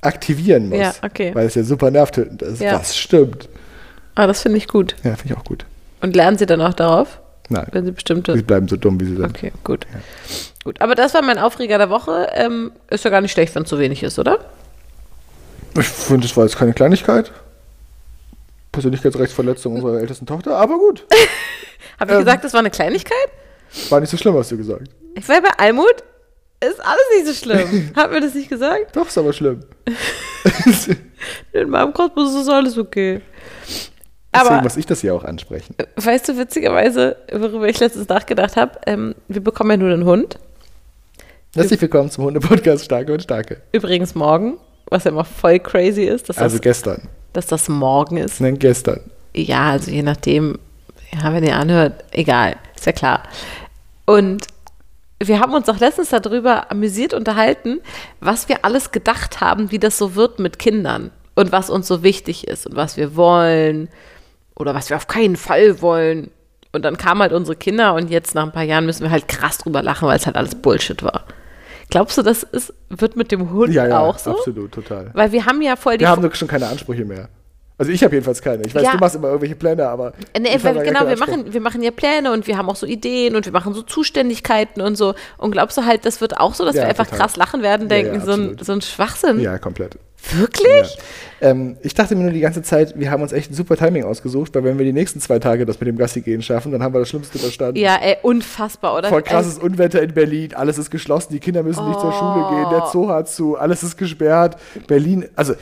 [SPEAKER 5] aktivieren muss.
[SPEAKER 4] Ja, okay.
[SPEAKER 5] Weil es ja super nervtötend ist.
[SPEAKER 4] Ja.
[SPEAKER 5] Das stimmt.
[SPEAKER 4] Aber Ah, das finde ich gut.
[SPEAKER 5] Ja, finde ich auch gut.
[SPEAKER 4] Und lernen sie dann auch darauf,
[SPEAKER 5] Nein,
[SPEAKER 4] wenn sie bestimmte
[SPEAKER 5] sie bleiben so dumm, wie sie sind.
[SPEAKER 4] Okay, gut. Gut, aber das war mein Aufreger der Woche. Ähm, ist ja gar nicht schlecht, wenn es zu wenig ist, oder?
[SPEAKER 5] Ich finde, das war jetzt keine Kleinigkeit. Persönlichkeitsrechtsverletzung unserer ältesten Tochter, aber gut. Ähm.
[SPEAKER 4] Habe ich gesagt, das war eine Kleinigkeit?
[SPEAKER 5] War nicht so schlimm, hast du gesagt.
[SPEAKER 4] Ich war bei Almut, ist alles nicht so schlimm. Hat mir das nicht gesagt?
[SPEAKER 5] Doch, ist aber schlimm.
[SPEAKER 4] In meinem Kosmos ist alles okay.
[SPEAKER 5] Deswegen
[SPEAKER 4] Aber
[SPEAKER 5] muss ich das ja auch ansprechen.
[SPEAKER 4] weißt du, witzigerweise, worüber ich letztens nachgedacht habe, ähm, wir bekommen ja nur den Hund.
[SPEAKER 5] Herzlich willkommen zum Hunde-Podcast Starke und Starke.
[SPEAKER 4] Übrigens morgen, was ja immer voll crazy ist, dass,
[SPEAKER 5] Also
[SPEAKER 4] das,
[SPEAKER 5] gestern.
[SPEAKER 4] dass das morgen ist.
[SPEAKER 5] Nein, gestern.
[SPEAKER 4] Ja, also je nachdem, ja, wenn ihr anhört, egal, ist ja klar. Und wir haben uns auch letztens darüber amüsiert unterhalten, was wir alles gedacht haben, wie das so wird mit Kindern und was uns so wichtig ist und was wir wollen oder was wir auf keinen Fall wollen. Und dann kamen halt unsere Kinder und jetzt nach ein paar Jahren müssen wir halt krass drüber lachen, weil es halt alles Bullshit war. Glaubst du, das ist, wird mit dem Hund
[SPEAKER 5] Ja, ja,
[SPEAKER 4] auch so?
[SPEAKER 5] absolut, total.
[SPEAKER 4] Weil wir haben ja voll die
[SPEAKER 5] Wir haben doch schon keine Ansprüche mehr. Also ich habe jedenfalls keine. Ich weiß,
[SPEAKER 4] Ja.
[SPEAKER 5] du machst immer irgendwelche Pläne, aber.
[SPEAKER 4] Nee,
[SPEAKER 5] ich hab
[SPEAKER 4] weil,
[SPEAKER 5] da gar
[SPEAKER 4] genau,
[SPEAKER 5] keinen
[SPEAKER 4] wir
[SPEAKER 5] Anspruch.
[SPEAKER 4] machen, wir machen ja Pläne und wir haben auch so Ideen und wir machen so Zuständigkeiten und so. Und glaubst du halt, das wird auch so, dass
[SPEAKER 5] Ja,
[SPEAKER 4] wir einfach
[SPEAKER 5] total.
[SPEAKER 4] krass lachen werden,
[SPEAKER 5] Ja, ja,
[SPEAKER 4] denken, so, ein,
[SPEAKER 5] absolut.
[SPEAKER 4] so ein Schwachsinn.
[SPEAKER 5] Ja, komplett. Ja.
[SPEAKER 4] Wirklich?
[SPEAKER 5] Ähm, ich dachte mir nur die ganze Zeit, wir haben uns echt ein super Timing ausgesucht, weil wenn wir die nächsten zwei Tage das mit dem Gassi gehen schaffen, dann haben wir das Schlimmste verstanden.
[SPEAKER 4] Ja, also- ey, unfassbar, oder?
[SPEAKER 5] Voll krasses Unwetter in Berlin, alles ist geschlossen, die Kinder müssen nicht zur Schule gehen, der Zoo hat zu, alles ist gesperrt. Berlin, also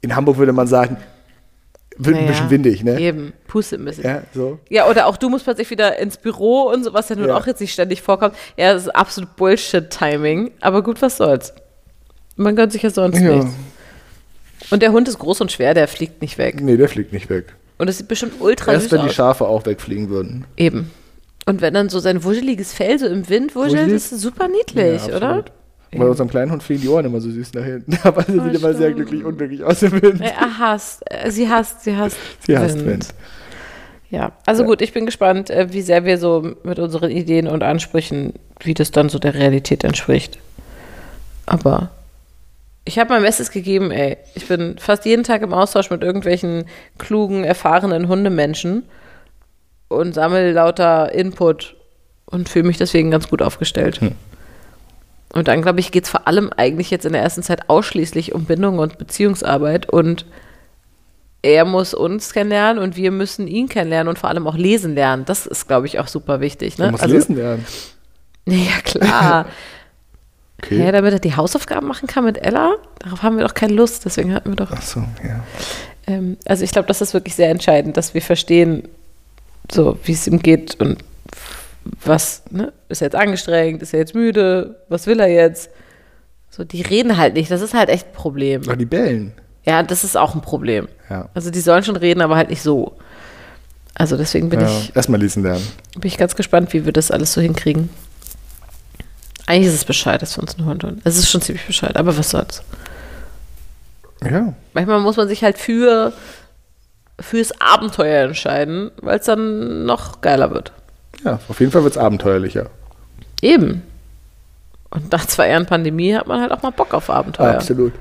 [SPEAKER 5] in Hamburg würde man sagen, wird
[SPEAKER 4] Naja,
[SPEAKER 5] ein bisschen windig, ne?
[SPEAKER 4] Eben, pustet ein bisschen. Ja.
[SPEAKER 5] Ja, so.
[SPEAKER 4] oder auch du musst plötzlich wieder ins Büro und so, was ja nun
[SPEAKER 5] Ja.
[SPEAKER 4] auch jetzt nicht ständig vorkommt. Ja, das ist absolut Bullshit-Timing. Aber gut, was soll's. Man gönnt sich ja sonst
[SPEAKER 5] Ja.
[SPEAKER 4] nichts. Und der Hund ist groß und schwer, der fliegt nicht weg.
[SPEAKER 5] Nee, der fliegt nicht weg.
[SPEAKER 4] Und es sieht bestimmt ultra
[SPEAKER 5] Erst
[SPEAKER 4] süß
[SPEAKER 5] wenn
[SPEAKER 4] aus.
[SPEAKER 5] die Schafe auch wegfliegen würden.
[SPEAKER 4] Eben. Und wenn dann so sein wuscheliges Fell so im Wind wuschelt,
[SPEAKER 5] Wuschelig?
[SPEAKER 4] ist es super niedlich,
[SPEAKER 5] Ja,
[SPEAKER 4] oder?
[SPEAKER 5] absolut. Und bei unserem kleinen Hund fliegen die Ohren immer so süß nach hinten. Aber sie sind immer sehr glücklich unglücklich aus dem Wind.
[SPEAKER 4] Äh, Er hasst, äh, sie hasst, sie hasst.
[SPEAKER 5] Sie hasst Wind.
[SPEAKER 4] Ja, also gut, ich bin gespannt, äh, wie sehr wir so mit unseren Ideen und Ansprüchen, wie das dann so der Realität entspricht. Aber ich habe mein Bestes gegeben, ey. Ich bin fast jeden Tag im Austausch mit irgendwelchen klugen, erfahrenen Hundemenschen und sammle lauter Input und fühle mich deswegen ganz gut aufgestellt.
[SPEAKER 5] Hm.
[SPEAKER 4] Und dann, glaube ich, geht es vor allem eigentlich jetzt in der ersten Zeit ausschließlich um Bindung und Beziehungsarbeit und er muss uns kennenlernen und wir müssen ihn kennenlernen und vor allem auch lesen lernen. Das ist, glaube ich, auch super wichtig. Ne?
[SPEAKER 5] Man muss lesen lernen.
[SPEAKER 4] Ja, klar.
[SPEAKER 5] Okay.
[SPEAKER 4] Ja, damit er die Hausaufgaben machen kann mit Ella, darauf haben wir doch keine Lust. Deswegen hatten wir doch.
[SPEAKER 5] Ach so, ja.
[SPEAKER 4] Ähm, also, ich glaube, das ist wirklich sehr entscheidend, dass wir verstehen, so wie es ihm geht und was, ne? Ist er jetzt angestrengt? Ist er jetzt müde? Was will er jetzt? So, die reden halt nicht. Das ist halt echt ein Problem.
[SPEAKER 5] Ach, die bellen.
[SPEAKER 4] Ja, das ist auch ein Problem.
[SPEAKER 5] Ja.
[SPEAKER 4] Also, die sollen schon reden, aber halt nicht so. Also, deswegen bin ich
[SPEAKER 5] ja. Erstmal lesen lernen.
[SPEAKER 4] bin ich ganz gespannt, wie wir das alles so hinkriegen. Eigentlich ist es Bescheid, dass wir uns einen Hund holen. Es ist schon ziemlich Bescheid, aber was soll's.
[SPEAKER 5] Ja.
[SPEAKER 4] Manchmal muss man sich halt für fürs Abenteuer entscheiden, weil es dann noch geiler wird.
[SPEAKER 5] Ja, auf jeden Fall wird es abenteuerlicher.
[SPEAKER 4] Eben. Und nach zwei Jahren Pandemie hat man halt auch mal Bock auf Abenteuer.
[SPEAKER 5] Absolut.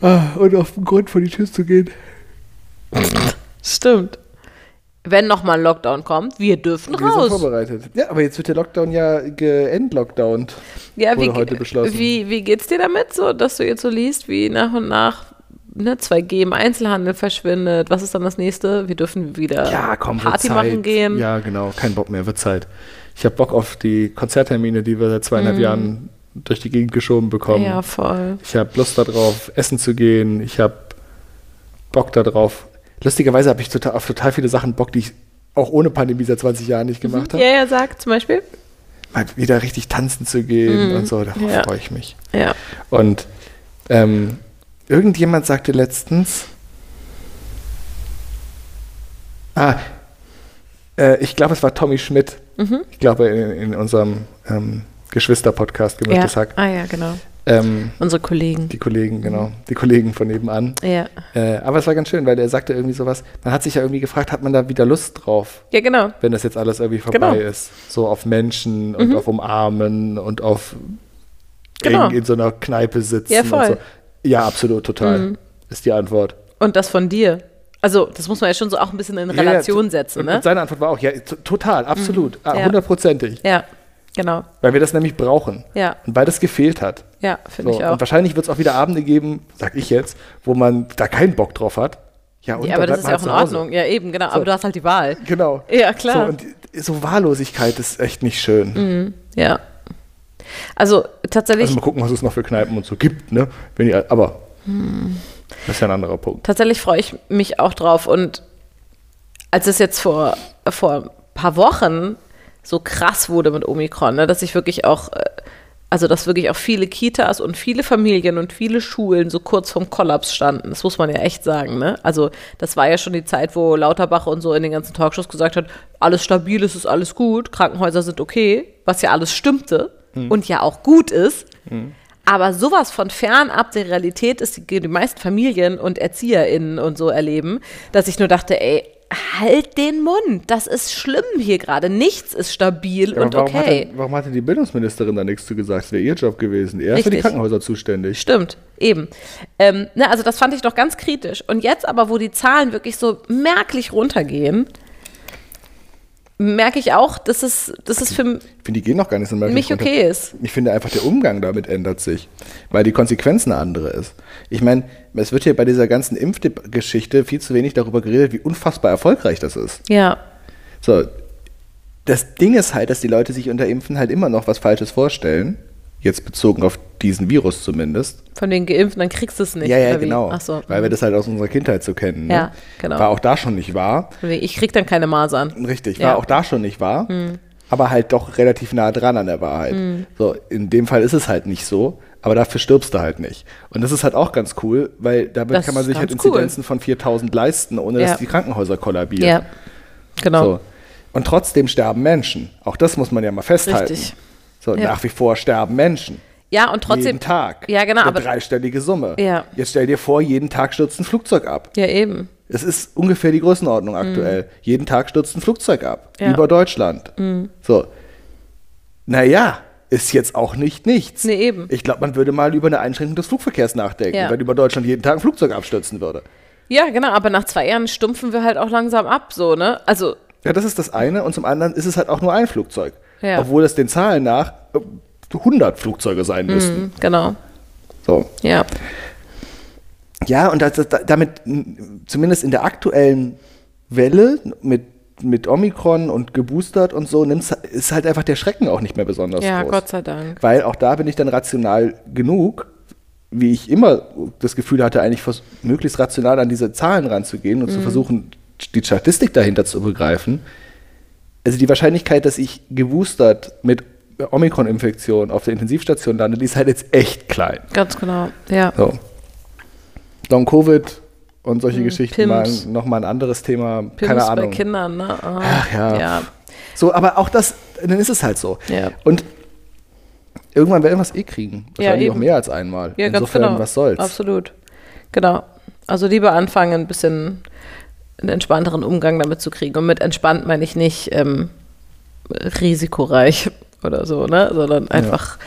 [SPEAKER 5] Ah, und auf den Grund vor die Tür zu gehen.
[SPEAKER 4] Stimmt. Wenn nochmal ein Lockdown kommt, wir dürfen
[SPEAKER 5] Wir sind
[SPEAKER 4] raus.
[SPEAKER 5] vorbereitet. Ja, aber jetzt wird der Lockdown ja geendlockdownt.
[SPEAKER 4] Ja,
[SPEAKER 5] wurde
[SPEAKER 4] wie,
[SPEAKER 5] heute beschlossen.
[SPEAKER 4] Wie, wie geht's dir damit, so, dass du jetzt so liest, wie nach und nach ne, 2G im Einzelhandel verschwindet? Was ist dann das nächste? Wir dürfen wieder
[SPEAKER 5] wird
[SPEAKER 4] Äh, Party machen gehen.
[SPEAKER 5] Ja, genau, kein Bock mehr, wird Zeit. Ich habe Bock auf die Konzerttermine, die wir seit zweieinhalb Jahren durch die Gegend geschoben bekommen.
[SPEAKER 4] Mhm. Ja, voll.
[SPEAKER 5] Ich habe Lust darauf, essen zu gehen. Ich habe Bock darauf. Lustigerweise habe ich total, auf total viele Sachen Bock, die ich auch ohne Pandemie seit 20 Jahren nicht gemacht
[SPEAKER 4] Mhm. Ja,
[SPEAKER 5] habe.
[SPEAKER 4] ja, sag zum Beispiel.
[SPEAKER 5] Mal wieder richtig tanzen zu gehen und so, darauf
[SPEAKER 4] Mhm. Ja.
[SPEAKER 5] freue ich mich.
[SPEAKER 4] Ja.
[SPEAKER 5] Und ähm, irgendjemand sagte letztens, ah, äh, ich glaube, es war Tommy Schmidt. Ich glaube, in, in unserem ähm, Geschwister-Podcast
[SPEAKER 4] ja.
[SPEAKER 5] gemischtes Hack.
[SPEAKER 4] Ah ja, genau.
[SPEAKER 5] Ähm,
[SPEAKER 4] Unsere Kollegen.
[SPEAKER 5] die Kollegen, genau, die Kollegen von nebenan.
[SPEAKER 4] Ja.
[SPEAKER 5] Äh, aber es war ganz schön, weil er sagte irgendwie sowas, man hat sich ja irgendwie gefragt, hat man da wieder Lust drauf,
[SPEAKER 4] Ja, genau.
[SPEAKER 5] wenn das jetzt alles irgendwie vorbei
[SPEAKER 4] Genau. Mhm.
[SPEAKER 5] ist. So auf Menschen und auf Umarmen und auf
[SPEAKER 4] Genau.
[SPEAKER 5] eng in so einer Kneipe sitzen.
[SPEAKER 4] Ja, voll. Mhm.
[SPEAKER 5] Und so. Ja, absolut, total. Ist die Antwort.
[SPEAKER 4] Und das von dir. Also, das muss man ja schon so auch ein bisschen in
[SPEAKER 5] Ja, ja,
[SPEAKER 4] Relation
[SPEAKER 5] t-
[SPEAKER 4] setzen,
[SPEAKER 5] und,
[SPEAKER 4] ne?
[SPEAKER 5] Und seine Antwort war auch, ja, t- total, absolut, ah,
[SPEAKER 4] Mhm. Ja.
[SPEAKER 5] hundertprozentig.
[SPEAKER 4] Ja, genau.
[SPEAKER 5] Weil wir das nämlich brauchen.
[SPEAKER 4] Ja.
[SPEAKER 5] Und weil das gefehlt hat.
[SPEAKER 4] Ja, finde
[SPEAKER 5] So,
[SPEAKER 4] ich auch.
[SPEAKER 5] Und wahrscheinlich wird es auch wieder Abende geben, sag ich jetzt, wo man da keinen Bock drauf hat. Ja, und
[SPEAKER 4] Ja,
[SPEAKER 5] dann
[SPEAKER 4] aber das
[SPEAKER 5] bleibt
[SPEAKER 4] ist
[SPEAKER 5] man
[SPEAKER 4] ja
[SPEAKER 5] halt
[SPEAKER 4] auch in
[SPEAKER 5] zu Hause.
[SPEAKER 4] Ordnung. Ja, eben, genau. Aber du hast halt die Wahl.
[SPEAKER 5] Genau.
[SPEAKER 4] Ja, klar.
[SPEAKER 5] So, und die- so Wahllosigkeit ist echt nicht schön.
[SPEAKER 4] Ja. Also tatsächlich,
[SPEAKER 5] Also mal gucken, was es noch für Kneipen und so gibt, ne? Wenn ihr, aber
[SPEAKER 4] Hm.
[SPEAKER 5] das ist ja ein anderer Punkt.
[SPEAKER 4] tatsächlich freue ich mich auch drauf. Und als es jetzt vor, vor ein paar Wochen so krass wurde mit Omikron, ne, dass ich wirklich auch, äh, also dass wirklich auch viele Kitas und viele Familien und viele Schulen so kurz vorm Kollaps standen. Das muss man ja echt sagen. Ne? Also das war ja schon die Zeit, wo Lauterbach und so in den ganzen Talkshows gesagt hat, alles stabil, es ist alles gut, Krankenhäuser sind okay, was ja alles stimmte und ja auch gut ist. Aber sowas von fernab der Realität ist, die die meisten Familien und ErzieherInnen und so erleben, dass ich nur dachte, ey, halt den Mund. Das ist schlimm hier gerade. Nichts ist stabil
[SPEAKER 5] Aber
[SPEAKER 4] und
[SPEAKER 5] warum, hat
[SPEAKER 4] okay.
[SPEAKER 5] denn, warum hat denn die Bildungsministerin da nichts zu gesagt? Das wäre ihr Job gewesen. Er ist für die
[SPEAKER 4] Richtig.
[SPEAKER 5] Krankenhäuser zuständig.
[SPEAKER 4] Stimmt, eben. Ähm, ne, also das fand ich doch ganz kritisch. Und jetzt aber, wo die Zahlen wirklich so merklich runtergehen, merke ich auch, dass es, dass es für
[SPEAKER 5] Ich finde, die gehen noch gar nicht so merklich
[SPEAKER 4] mich
[SPEAKER 5] runter.
[SPEAKER 4] okay ist.
[SPEAKER 5] Ich finde einfach, der Umgang damit ändert sich, weil die Konsequenz eine andere ist. Ich meine, es wird hier bei dieser ganzen Impfgeschichte viel zu wenig darüber geredet, wie unfassbar erfolgreich das ist.
[SPEAKER 4] Ja,
[SPEAKER 5] So, das Ding ist halt, dass die Leute sich unter Impfen halt immer noch was Falsches vorstellen. Jetzt bezogen auf diesen Virus zumindest.
[SPEAKER 4] von den Geimpften, dann kriegst du es nicht.
[SPEAKER 5] ja, ja,
[SPEAKER 4] oder wie?
[SPEAKER 5] genau.
[SPEAKER 4] Ach so. mhm.
[SPEAKER 5] Weil wir das halt aus unserer Kindheit so kennen. Ne?
[SPEAKER 4] Ja, genau.
[SPEAKER 5] War auch da schon nicht wahr.
[SPEAKER 4] Ich krieg dann keine Masern.
[SPEAKER 5] Richtig, war
[SPEAKER 4] Ja. Mhm.
[SPEAKER 5] auch da schon nicht wahr, aber halt doch relativ nah dran an der Wahrheit. So, in dem Fall ist es halt nicht so, aber dafür stirbst du halt nicht. Und das ist halt auch ganz cool, weil damit
[SPEAKER 4] Das
[SPEAKER 5] kann man
[SPEAKER 4] ist
[SPEAKER 5] sich halt
[SPEAKER 4] ganz cool.
[SPEAKER 5] Inzidenzen von 4000 leisten, ohne
[SPEAKER 4] Ja.
[SPEAKER 5] dass die Krankenhäuser kollabieren.
[SPEAKER 4] Ja, genau.
[SPEAKER 5] So. Und trotzdem sterben Menschen. Auch das muss man ja mal festhalten.
[SPEAKER 4] Richtig.
[SPEAKER 5] So,
[SPEAKER 4] Ja.
[SPEAKER 5] nach wie vor sterben Menschen.
[SPEAKER 4] Ja, und trotzdem.
[SPEAKER 5] jeden Tag.
[SPEAKER 4] Ja, genau,
[SPEAKER 5] Eine
[SPEAKER 4] aber-
[SPEAKER 5] dreistellige Summe.
[SPEAKER 4] Ja.
[SPEAKER 5] Jetzt stell dir vor, jeden Tag stürzt ein Flugzeug ab.
[SPEAKER 4] Ja, eben.
[SPEAKER 5] Es ist ungefähr die Größenordnung aktuell. Jeden Tag stürzt ein Flugzeug ab.
[SPEAKER 4] Mhm. Ja. Mhm.
[SPEAKER 5] Über Deutschland. So. Naja, ist jetzt auch nicht nichts.
[SPEAKER 4] Nee, eben.
[SPEAKER 5] Ich glaube, man würde mal über eine Einschränkung des Flugverkehrs nachdenken,
[SPEAKER 4] Ja.
[SPEAKER 5] wenn über Deutschland jeden Tag ein Flugzeug abstürzen würde.
[SPEAKER 4] Ja, genau, aber nach zwei Jahren stumpfen wir halt auch langsam ab, so, ne? Also,
[SPEAKER 5] Ja, das ist das eine. Und zum anderen ist es halt auch nur ein Flugzeug.
[SPEAKER 4] Ja.
[SPEAKER 5] Obwohl es den Zahlen nach äh, 100 Flugzeuge sein müssten.
[SPEAKER 4] genau.
[SPEAKER 5] So.
[SPEAKER 4] Ja.
[SPEAKER 5] Ja, und das, das, damit m, zumindest in der aktuellen Welle mit, mit Omikron und geboostert und so, nimmt's, ist halt einfach der Schrecken auch nicht mehr besonders
[SPEAKER 4] Ja,
[SPEAKER 5] groß.
[SPEAKER 4] Gott sei Dank.
[SPEAKER 5] Weil auch da bin ich dann rational genug, wie ich immer das Gefühl hatte, eigentlich vers- möglichst rational an diese Zahlen ranzugehen
[SPEAKER 4] Mhm.
[SPEAKER 5] und zu versuchen, die Statistik dahinter zu begreifen. Also die Wahrscheinlichkeit, dass ich geboostert mit Omikron-Infektion auf der Intensivstation lande, die ist halt jetzt echt klein.
[SPEAKER 4] Ganz genau. Ja.
[SPEAKER 5] So. Long Covid und solche Geschichten
[SPEAKER 4] Hm,
[SPEAKER 5] mal,
[SPEAKER 4] Pimps.
[SPEAKER 5] noch mal ein anderes Thema,
[SPEAKER 4] Pimps
[SPEAKER 5] keine
[SPEAKER 4] bei
[SPEAKER 5] Ahnung.
[SPEAKER 4] Kindern, ne? Ah,
[SPEAKER 5] Ach ja.
[SPEAKER 4] ja.
[SPEAKER 5] So, aber auch das, dann ist es halt so.
[SPEAKER 4] Ja.
[SPEAKER 5] Und irgendwann werden wir es eh kriegen.
[SPEAKER 4] Ja,
[SPEAKER 5] Wahrscheinlich auch
[SPEAKER 4] eben.
[SPEAKER 5] mehr als einmal.
[SPEAKER 4] Ja, ganz
[SPEAKER 5] Insofern,
[SPEAKER 4] genau.
[SPEAKER 5] was soll's.
[SPEAKER 4] Absolut. Genau. Also lieber anfangen, ein bisschen einen entspannteren Umgang damit zu kriegen. Und mit entspannt meine ich nicht ähm, risikoreich oder so, ne? Sondern einfach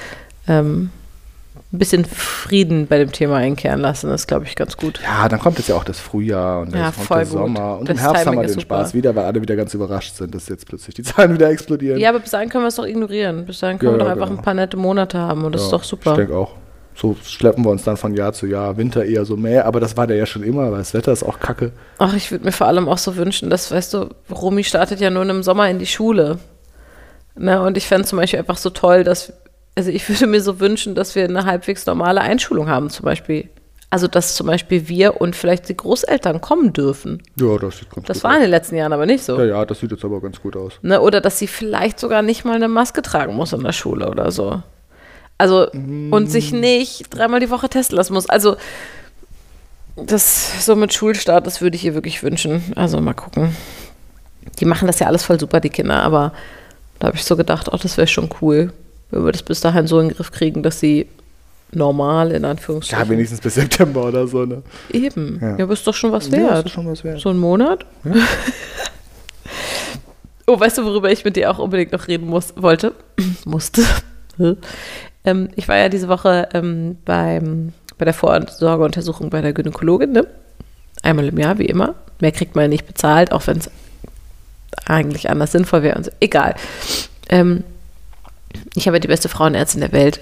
[SPEAKER 4] ähm, ein bisschen Frieden bei dem Thema einkehren lassen. Das ist, glaube ich, ganz gut.
[SPEAKER 5] Ja, dann kommt jetzt ja auch das Frühjahr und
[SPEAKER 4] Ja,
[SPEAKER 5] jetzt kommt
[SPEAKER 4] voll
[SPEAKER 5] der
[SPEAKER 4] gut.
[SPEAKER 5] Sommer. Und
[SPEAKER 4] Das
[SPEAKER 5] im Herbst
[SPEAKER 4] Timing
[SPEAKER 5] haben wir
[SPEAKER 4] ist
[SPEAKER 5] den Spaß
[SPEAKER 4] super.
[SPEAKER 5] wieder, weil alle wieder ganz überrascht sind, dass jetzt plötzlich die Zahlen wieder explodieren.
[SPEAKER 4] Ja, aber bis dahin können wir es doch ignorieren. Bis dahin können
[SPEAKER 5] Ja,
[SPEAKER 4] wir doch
[SPEAKER 5] ja,
[SPEAKER 4] einfach
[SPEAKER 5] genau.
[SPEAKER 4] ein paar nette Monate haben und das ist doch
[SPEAKER 5] Ich
[SPEAKER 4] super.
[SPEAKER 5] denke auch. So schleppen wir uns dann von Jahr zu Jahr. Winter eher so mehr, aber das war der ja schon immer, weil das Wetter ist auch kacke.
[SPEAKER 4] Ach, ich würde mir vor allem auch so wünschen, dass, weißt du, Romy startet ja nur im Sommer in die Schule. Ne? Und ich fände zum Beispiel einfach so toll, dass, also ich würde mir so wünschen, dass wir eine halbwegs normale Einschulung haben, zum Beispiel. Also, dass zum Beispiel wir und vielleicht die Großeltern kommen dürfen.
[SPEAKER 5] Ja, das sieht ganz
[SPEAKER 4] Das
[SPEAKER 5] gut
[SPEAKER 4] war
[SPEAKER 5] aus.
[SPEAKER 4] in den letzten Jahren aber nicht so.
[SPEAKER 5] Ja, ja, das sieht jetzt aber ganz gut aus.
[SPEAKER 4] Ne, oder dass sie vielleicht sogar nicht mal eine Maske tragen muss in der Schule oder so. Also, und sich nicht dreimal die Woche testen lassen muss. Also, das so mit Schulstart, das würde ich ihr wirklich wünschen. Also, mal gucken. Die machen das ja alles voll super, die Kinder, aber da habe ich so gedacht, ach, das wäre schon cool, wenn wir das bis dahin so in den Griff kriegen, dass sie normal in
[SPEAKER 5] Ja,
[SPEAKER 4] Anführungsstrichen.
[SPEAKER 5] wenigstens bis September oder so, ne?
[SPEAKER 4] Eben.
[SPEAKER 5] Ja.
[SPEAKER 4] Ja, aber ist doch schon was
[SPEAKER 5] Ja,
[SPEAKER 4] wert.
[SPEAKER 5] das ist schon was wert.
[SPEAKER 4] So einen Monat? oh, weißt du, worüber ich mit dir auch unbedingt noch reden muss, wollte? Musste. ähm, ich war ja diese Woche ähm, beim, bei der Vorsorgeuntersuchung bei der Gynäkologin, ne? Einmal im Jahr, wie immer. Mehr kriegt man nicht bezahlt, auch wenn es eigentlich anders sinnvoll wäre und so. Egal. Ähm, ich habe die beste Frauenärztin der Welt.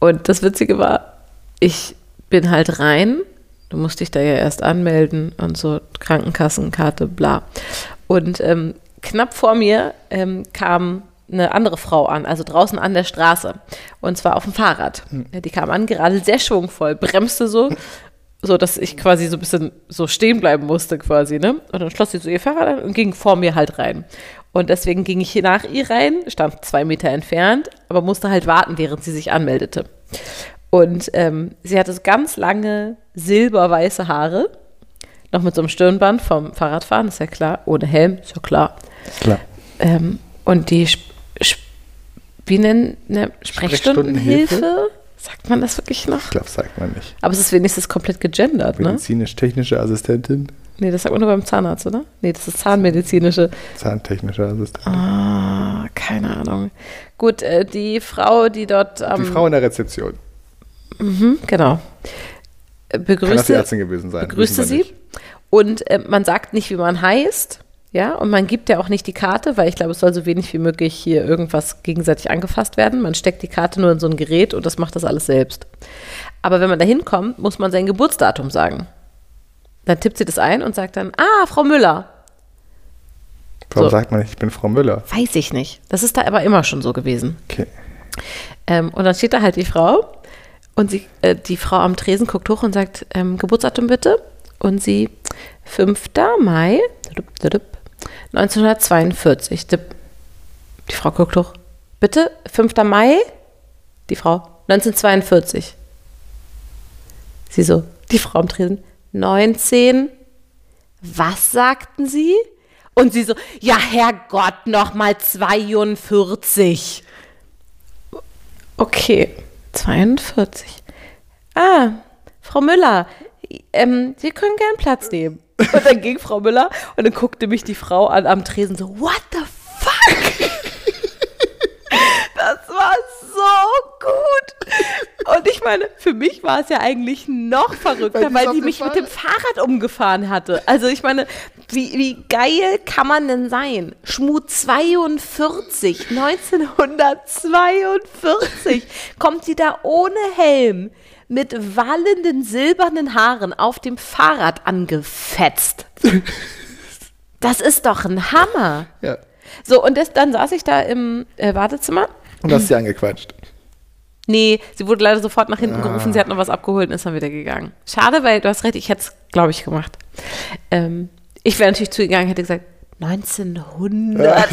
[SPEAKER 4] Und das Witzige war, ich bin halt rein, Du musst dich da ja erst anmelden und so Krankenkassenkarte, bla. Und ähm, knapp vor mir ähm, kam eine andere Frau an, also draußen an der Straße. Und zwar auf dem Fahrrad. Die kam an, gerade sehr schwungvoll, bremste so, so dass ich quasi so ein bisschen so stehen bleiben musste quasi, ne? Und dann schloss sie so ihr Fahrrad an und ging vor mir halt rein. Und deswegen ging ich hier nach ihr rein, stand zwei Meter entfernt, aber musste halt warten, während sie sich anmeldete. Und ähm, sie hatte so ganz lange silberweiße Haare, noch mit so einem Stirnband vom Fahrradfahren, ist ja klar, ohne Helm, ist ja klar.
[SPEAKER 5] Klar.
[SPEAKER 4] Ähm, und die Sp Sp wie nennen, ne,
[SPEAKER 5] Sprechstundenhilfe?
[SPEAKER 4] Sprechstundenhilfe? Sagt man das wirklich noch?
[SPEAKER 5] Ich glaube, sagt man nicht.
[SPEAKER 4] Aber es ist wenigstens komplett gegendert, ne?
[SPEAKER 5] Medizinisch-technische Assistentin,
[SPEAKER 4] Nee, das sagt man nur beim Zahnarzt, oder? Nee, das ist zahnmedizinische.
[SPEAKER 5] zahntechnische Assistentin.
[SPEAKER 4] Ah, keine Ahnung. Gut, äh, die Frau, die dort am.
[SPEAKER 5] Die Frau in der Rezeption.
[SPEAKER 4] Hm, genau. Äh,
[SPEAKER 5] Kann das die
[SPEAKER 4] Begrüßte,
[SPEAKER 5] Ärztin gewesen sein?
[SPEAKER 4] begrüßte
[SPEAKER 5] wissen wir
[SPEAKER 4] sie.
[SPEAKER 5] nicht.
[SPEAKER 4] Und äh, man sagt nicht, wie man heißt. Ja, und man gibt ja auch nicht die Karte, weil ich glaube, es soll so wenig wie möglich hier irgendwas gegenseitig angefasst werden. Man steckt die Karte nur in so ein Gerät und das macht das alles selbst. Aber wenn man da hinkommt, muss man sein Geburtsdatum sagen. Dann tippt sie das ein und sagt dann, ah, Frau Müller.
[SPEAKER 5] Warum
[SPEAKER 4] So.
[SPEAKER 5] sagt man nicht, ich bin Frau Müller?
[SPEAKER 4] Weiß ich nicht. Das ist da aber immer schon so gewesen.
[SPEAKER 5] Okay.
[SPEAKER 4] Ähm, und dann steht da halt die Frau und sie, äh, die Frau am Tresen guckt hoch und sagt, ähm, Geburtsdatum bitte. Und sie, 5. Mai dudup, dudup, 1942. Dip. Die Frau guckt hoch. Bitte, 5. Mai? Die Frau, 1942. Sie so, die Frau am Tresen, 19. Was sagten Sie? Und sie so, ja, Herrgott, nochmal 42. Okay, 42. Ah, Frau Müller, ähm, Sie können gern Platz nehmen. Und dann ging Frau Müller und dann guckte mich die Frau an am Tresen so, what the fuck? Das war so gut. Und ich meine, für mich war es ja eigentlich noch verrückter, weil,
[SPEAKER 5] Weil die ist auf
[SPEAKER 4] die
[SPEAKER 5] dem
[SPEAKER 4] mich mit dem Fahrrad umgefahren hatte. Also ich meine, wie, wie geil kann man denn sein? Schmu 42, 1942 kommt sie da ohne Helm mit wallenden silbernen Haaren auf dem Fahrrad angefetzt. Das ist doch ein Hammer.
[SPEAKER 5] Ja.
[SPEAKER 4] So, und das, dann saß ich da im äh, Wartezimmer.
[SPEAKER 5] Und hast sie angequatscht.
[SPEAKER 4] Nee, sie wurde leider sofort nach hinten gerufen, sie hat noch was abgeholt und ist dann wieder gegangen. Schade, weil du hast recht, ich hätte es, glaube ich, gemacht. Ähm, ich wäre natürlich zugegangen, hätte gesagt, 1900.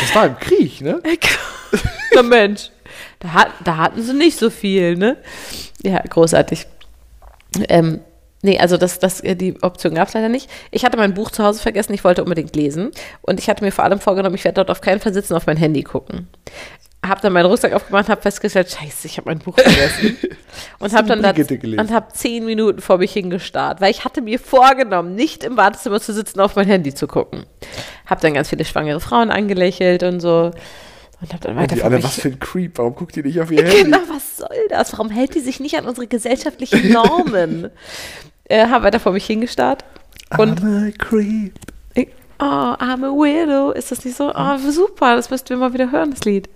[SPEAKER 5] Das war im Krieg, ne?
[SPEAKER 4] Na Mensch, da, hat, da hatten sie nicht so viel, ne? Ja, großartig. Ähm, nee, also das, das, äh, die Option gab es leider nicht. Ich hatte mein Buch zu Hause vergessen, ich wollte unbedingt lesen. Und ich hatte mir vor allem vorgenommen, ich werde dort auf keinen Fall sitzen, auf mein Handy gucken. Hab dann meinen Rucksack aufgemacht, hab festgestellt, scheiße, ich habe mein Buch vergessen. und hab dann da
[SPEAKER 5] Brigitte gelesen.
[SPEAKER 4] und hab zehn Minuten vor mich hingestarrt, weil ich hatte mir vorgenommen, nicht im Wartezimmer zu sitzen, auf mein Handy zu gucken. Hab dann ganz viele schwangere Frauen angelächelt und so. Und hab dann weiter
[SPEAKER 5] Und die
[SPEAKER 4] vor
[SPEAKER 5] alle,
[SPEAKER 4] mich-
[SPEAKER 5] was für ein Creep, warum guckt die nicht auf ihr Handy?
[SPEAKER 4] Genau, was soll das? Warum hält die sich nicht an unsere gesellschaftlichen Normen? äh, hab weiter vor mich hingestarrt. Und
[SPEAKER 5] I'm a Creep.
[SPEAKER 4] ich, oh, I'm a weirdo. Ist das nicht so? Oh,
[SPEAKER 5] Hm.
[SPEAKER 4] super, das müssten wir mal wieder hören, das Lied.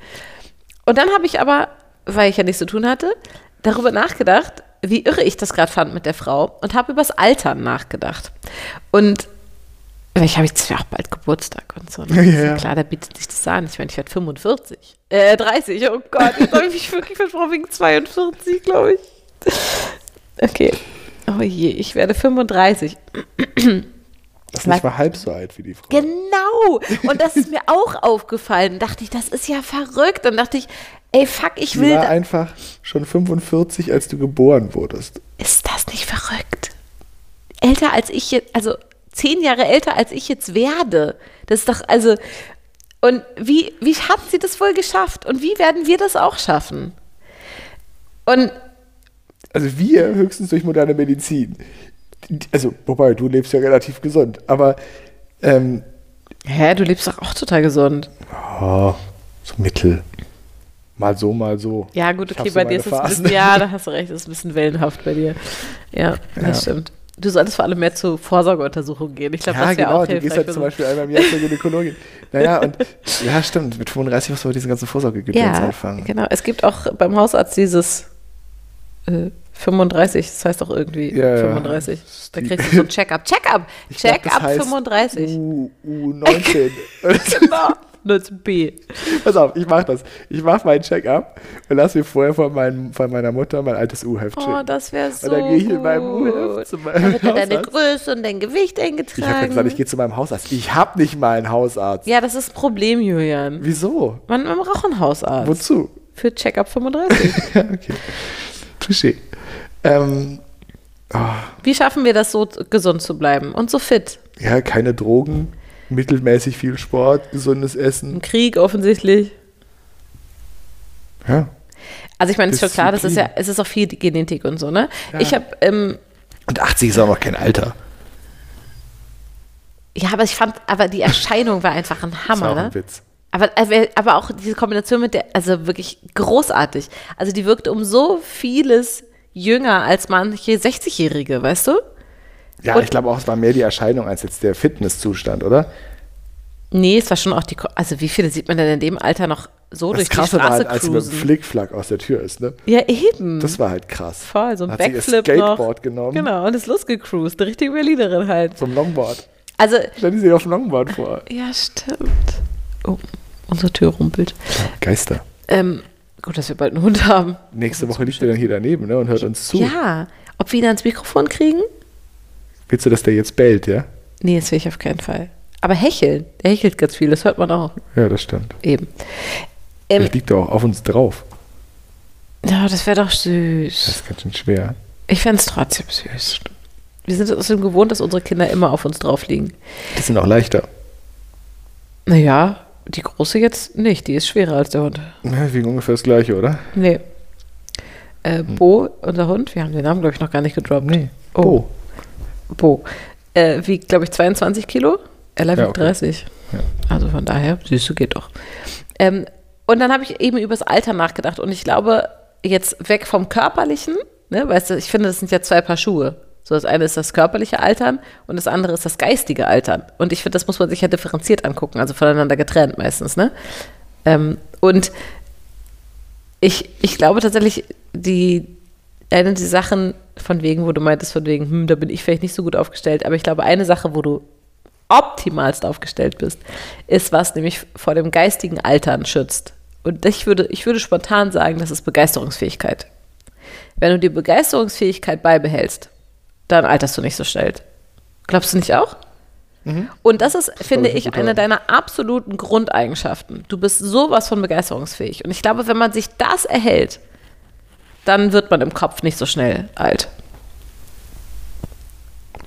[SPEAKER 4] Und dann habe ich aber, weil ich ja nichts zu tun hatte, darüber nachgedacht, wie irre ich das gerade fand mit der Frau und habe übers Altern nachgedacht. Und weil ich habe jetzt ja auch bald Geburtstag und so. Ne?
[SPEAKER 5] Ja,
[SPEAKER 4] Ist
[SPEAKER 5] ja.
[SPEAKER 4] Klar, da bietet sich das an. Ich meine, ich werde 45. Äh, 30. Oh Gott, jetzt habe ich mich wirklich versprochen wegen 42, glaube ich. Okay. Oh je, ich werde 35.
[SPEAKER 5] Das ist nicht mal halb so alt wie die Frau.
[SPEAKER 4] Genau. Und das ist mir auch aufgefallen. Dachte ich, das ist ja verrückt. Dann dachte ich, ey, fuck, ich
[SPEAKER 5] Die
[SPEAKER 4] will.
[SPEAKER 5] war
[SPEAKER 4] Da
[SPEAKER 5] einfach schon 45, als du geboren wurdest.
[SPEAKER 4] ist das nicht verrückt? Älter als ich jetzt, also zehn Jahre älter als ich jetzt werde. Das ist doch, also. Und wie, wie hat sie das wohl geschafft? Und wie werden wir das auch schaffen? Und
[SPEAKER 5] Also wir höchstens durch moderne Medizin. Die- Also, wobei, du lebst ja relativ gesund, aber ähm,
[SPEAKER 4] Hä, du lebst doch auch total gesund.
[SPEAKER 5] oh, so mittel. Mal so, mal so.
[SPEAKER 4] Ja, gut,
[SPEAKER 5] Ich
[SPEAKER 4] okay,
[SPEAKER 5] hab so
[SPEAKER 4] bei dir
[SPEAKER 5] meine
[SPEAKER 4] ist es ein
[SPEAKER 5] Phasen.
[SPEAKER 4] bisschen, ja, da hast du recht, es ist ein bisschen wellenhaft bei dir. Ja, das stimmt. Du solltest vor allem mehr zu Vorsorgeuntersuchungen gehen. Ich glaube,
[SPEAKER 5] ja,
[SPEAKER 4] das wäre
[SPEAKER 5] genau,
[SPEAKER 4] auch
[SPEAKER 5] du gehst
[SPEAKER 4] hilfreich.
[SPEAKER 5] halt
[SPEAKER 4] für
[SPEAKER 5] zum
[SPEAKER 4] so-
[SPEAKER 5] Beispiel einmal im Jahr zur Gynäkologin. Naja, und ja, stimmt, mit 35
[SPEAKER 4] genau.
[SPEAKER 5] musst du aber diesen ganzen Vorsorgegedöns
[SPEAKER 4] ja,
[SPEAKER 5] anfangen.
[SPEAKER 4] genau. Es gibt auch beim Hausarzt dieses äh, 35, das heißt doch irgendwie
[SPEAKER 5] Ja, ja.
[SPEAKER 4] 35. Da kriegst du so ein Check-up. Check-up!
[SPEAKER 5] glaub, das
[SPEAKER 4] Check-up
[SPEAKER 5] heißt
[SPEAKER 4] 35.
[SPEAKER 5] U, U19.
[SPEAKER 4] Genau. Nur zum B.
[SPEAKER 5] Pass auf, ich mach das. Ich mach meinen Check-up und lass mir vorher von, meinem, von meiner Mutter mein altes U-Heft
[SPEAKER 4] Oh,
[SPEAKER 5] schicken.
[SPEAKER 4] das wäre so
[SPEAKER 5] Und dann gehe ich
[SPEAKER 4] gut.
[SPEAKER 5] in meinem U-Heft zu meinem
[SPEAKER 4] Da wird dann deine
[SPEAKER 5] Hausarzt.
[SPEAKER 4] Größe und dein Gewicht
[SPEAKER 5] ich habe gesagt,
[SPEAKER 4] eingetragen.
[SPEAKER 5] ich gehe zu meinem Hausarzt. Ich habe nicht mal einen Hausarzt.
[SPEAKER 4] Ja, das ist ein Problem, Julian.
[SPEAKER 5] Wieso?
[SPEAKER 4] Man, man braucht einen Hausarzt.
[SPEAKER 5] Wozu?
[SPEAKER 4] Für Check-up 35.
[SPEAKER 5] Ja, okay. Touché. Ähm,
[SPEAKER 4] Wie schaffen wir das so t- gesund zu bleiben und so fit?
[SPEAKER 5] ja, keine Drogen, mittelmäßig viel Sport, gesundes
[SPEAKER 4] Im
[SPEAKER 5] Essen.
[SPEAKER 4] Krieg offensichtlich.
[SPEAKER 5] Ja.
[SPEAKER 4] Also ich meine, ist schon klar, das ist ja,
[SPEAKER 5] Disziplin.
[SPEAKER 4] es ist auch viel Genetik und so, ne? Ich habe, ähm,
[SPEAKER 5] Und 80 ist auch noch kein Alter.
[SPEAKER 4] ja, aber ich fand, aber die Erscheinung war einfach ein
[SPEAKER 5] Das war
[SPEAKER 4] Hammer,
[SPEAKER 5] auch
[SPEAKER 4] ne?
[SPEAKER 5] ein Witz.
[SPEAKER 4] Aber, aber auch diese Kombination mit der, also wirklich großartig. Also die wirkte um so vieles jünger als manche 60-Jährige, weißt du?
[SPEAKER 5] Ja,
[SPEAKER 4] Und-
[SPEAKER 5] ich glaube auch, es war mehr die Erscheinung als jetzt der Fitnesszustand, oder?
[SPEAKER 4] Nee, es war schon auch die, Ko- also wie viele sieht man denn in dem Alter noch so durch
[SPEAKER 5] Das
[SPEAKER 4] die
[SPEAKER 5] Krasse war
[SPEAKER 4] Straße
[SPEAKER 5] halt, als sie mit dem
[SPEAKER 4] cruisen?
[SPEAKER 5] Flickflack aus der Tür ist, ne?
[SPEAKER 4] Ja, eben.
[SPEAKER 5] Das war halt krass.
[SPEAKER 4] Voll, so ein
[SPEAKER 5] Hat sie ihr
[SPEAKER 4] Backflip noch.
[SPEAKER 5] Skateboard genommen.
[SPEAKER 4] Genau, und ist losgecruised, eine richtige Berlinerin halt.
[SPEAKER 5] Vom Longboard.
[SPEAKER 4] Also,
[SPEAKER 5] Stell dir sie auf dem Longboard vor.
[SPEAKER 4] ja, stimmt. Oh, unsere Tür rumpelt.
[SPEAKER 5] Geister.
[SPEAKER 4] Ähm, gut, dass wir bald einen Hund haben.
[SPEAKER 5] Nächste Woche liegt er dann hier daneben ne, und hört uns zu.
[SPEAKER 4] Ja, ob wir ihn ans Mikrofon kriegen?
[SPEAKER 5] Willst du, dass der jetzt bellt, ja?
[SPEAKER 4] Nee, das will ich auf keinen Fall. Aber hecheln, der hechelt ganz viel, das hört man auch
[SPEAKER 5] Ja, das stimmt.
[SPEAKER 4] eben. Ähm,
[SPEAKER 5] Vielleicht liegt er auch auf uns drauf.
[SPEAKER 4] ja, das wäre doch süß.
[SPEAKER 5] Das ist ganz schön schwer.
[SPEAKER 4] Ich fände es trotzdem süß. Wir sind es außerdem gewohnt, dass unsere Kinder immer auf uns drauf liegen.
[SPEAKER 5] Die sind auch leichter.
[SPEAKER 4] Naja, die große jetzt nicht, die ist schwerer als der Hund.
[SPEAKER 5] Ja, wegen ungefähr das gleiche, oder?
[SPEAKER 4] Nee. Äh,
[SPEAKER 5] Hm.
[SPEAKER 4] Bo, unser Hund, wir haben den Namen, glaube ich, noch gar nicht gedroppt. Oh. Bo. Äh, wiegt, glaube ich, 22 Kilo. Ella wiegt
[SPEAKER 5] Ja, okay.
[SPEAKER 4] 30.
[SPEAKER 5] Ja.
[SPEAKER 4] Also von daher, Süße geht doch. Ähm, und dann habe ich eben übers Alter nachgedacht. Und ich glaube, jetzt weg vom Körperlichen, ne, weißt du, ich finde, das sind ja zwei Paar Schuhe. So, das eine ist das körperliche Altern und das andere ist das geistige Altern. Und ich finde, das muss man sich ja differenziert angucken, also voneinander getrennt meistens, ne? Ähm, und ich, ich glaube tatsächlich, die eine der Sachen, von wegen, wo du meintest, von wegen, hm, da bin ich vielleicht nicht so gut aufgestellt, aber ich glaube, eine Sache, wo du optimalst aufgestellt bist, ist, was nämlich vor dem geistigen Altern schützt. Und ich würde, ich würde spontan sagen, das ist Begeisterungsfähigkeit. Wenn du die Begeisterungsfähigkeit beibehältst, dann alterst du nicht so schnell. Glaubst du nicht auch? Und das ist, finde
[SPEAKER 5] Mhm. ich,
[SPEAKER 4] ich,
[SPEAKER 5] ein guter-
[SPEAKER 4] eine deiner absoluten Grundeigenschaften. Du bist sowas von begeisterungsfähig. Und ich glaube, wenn man sich das erhält, dann wird man im Kopf nicht so schnell alt.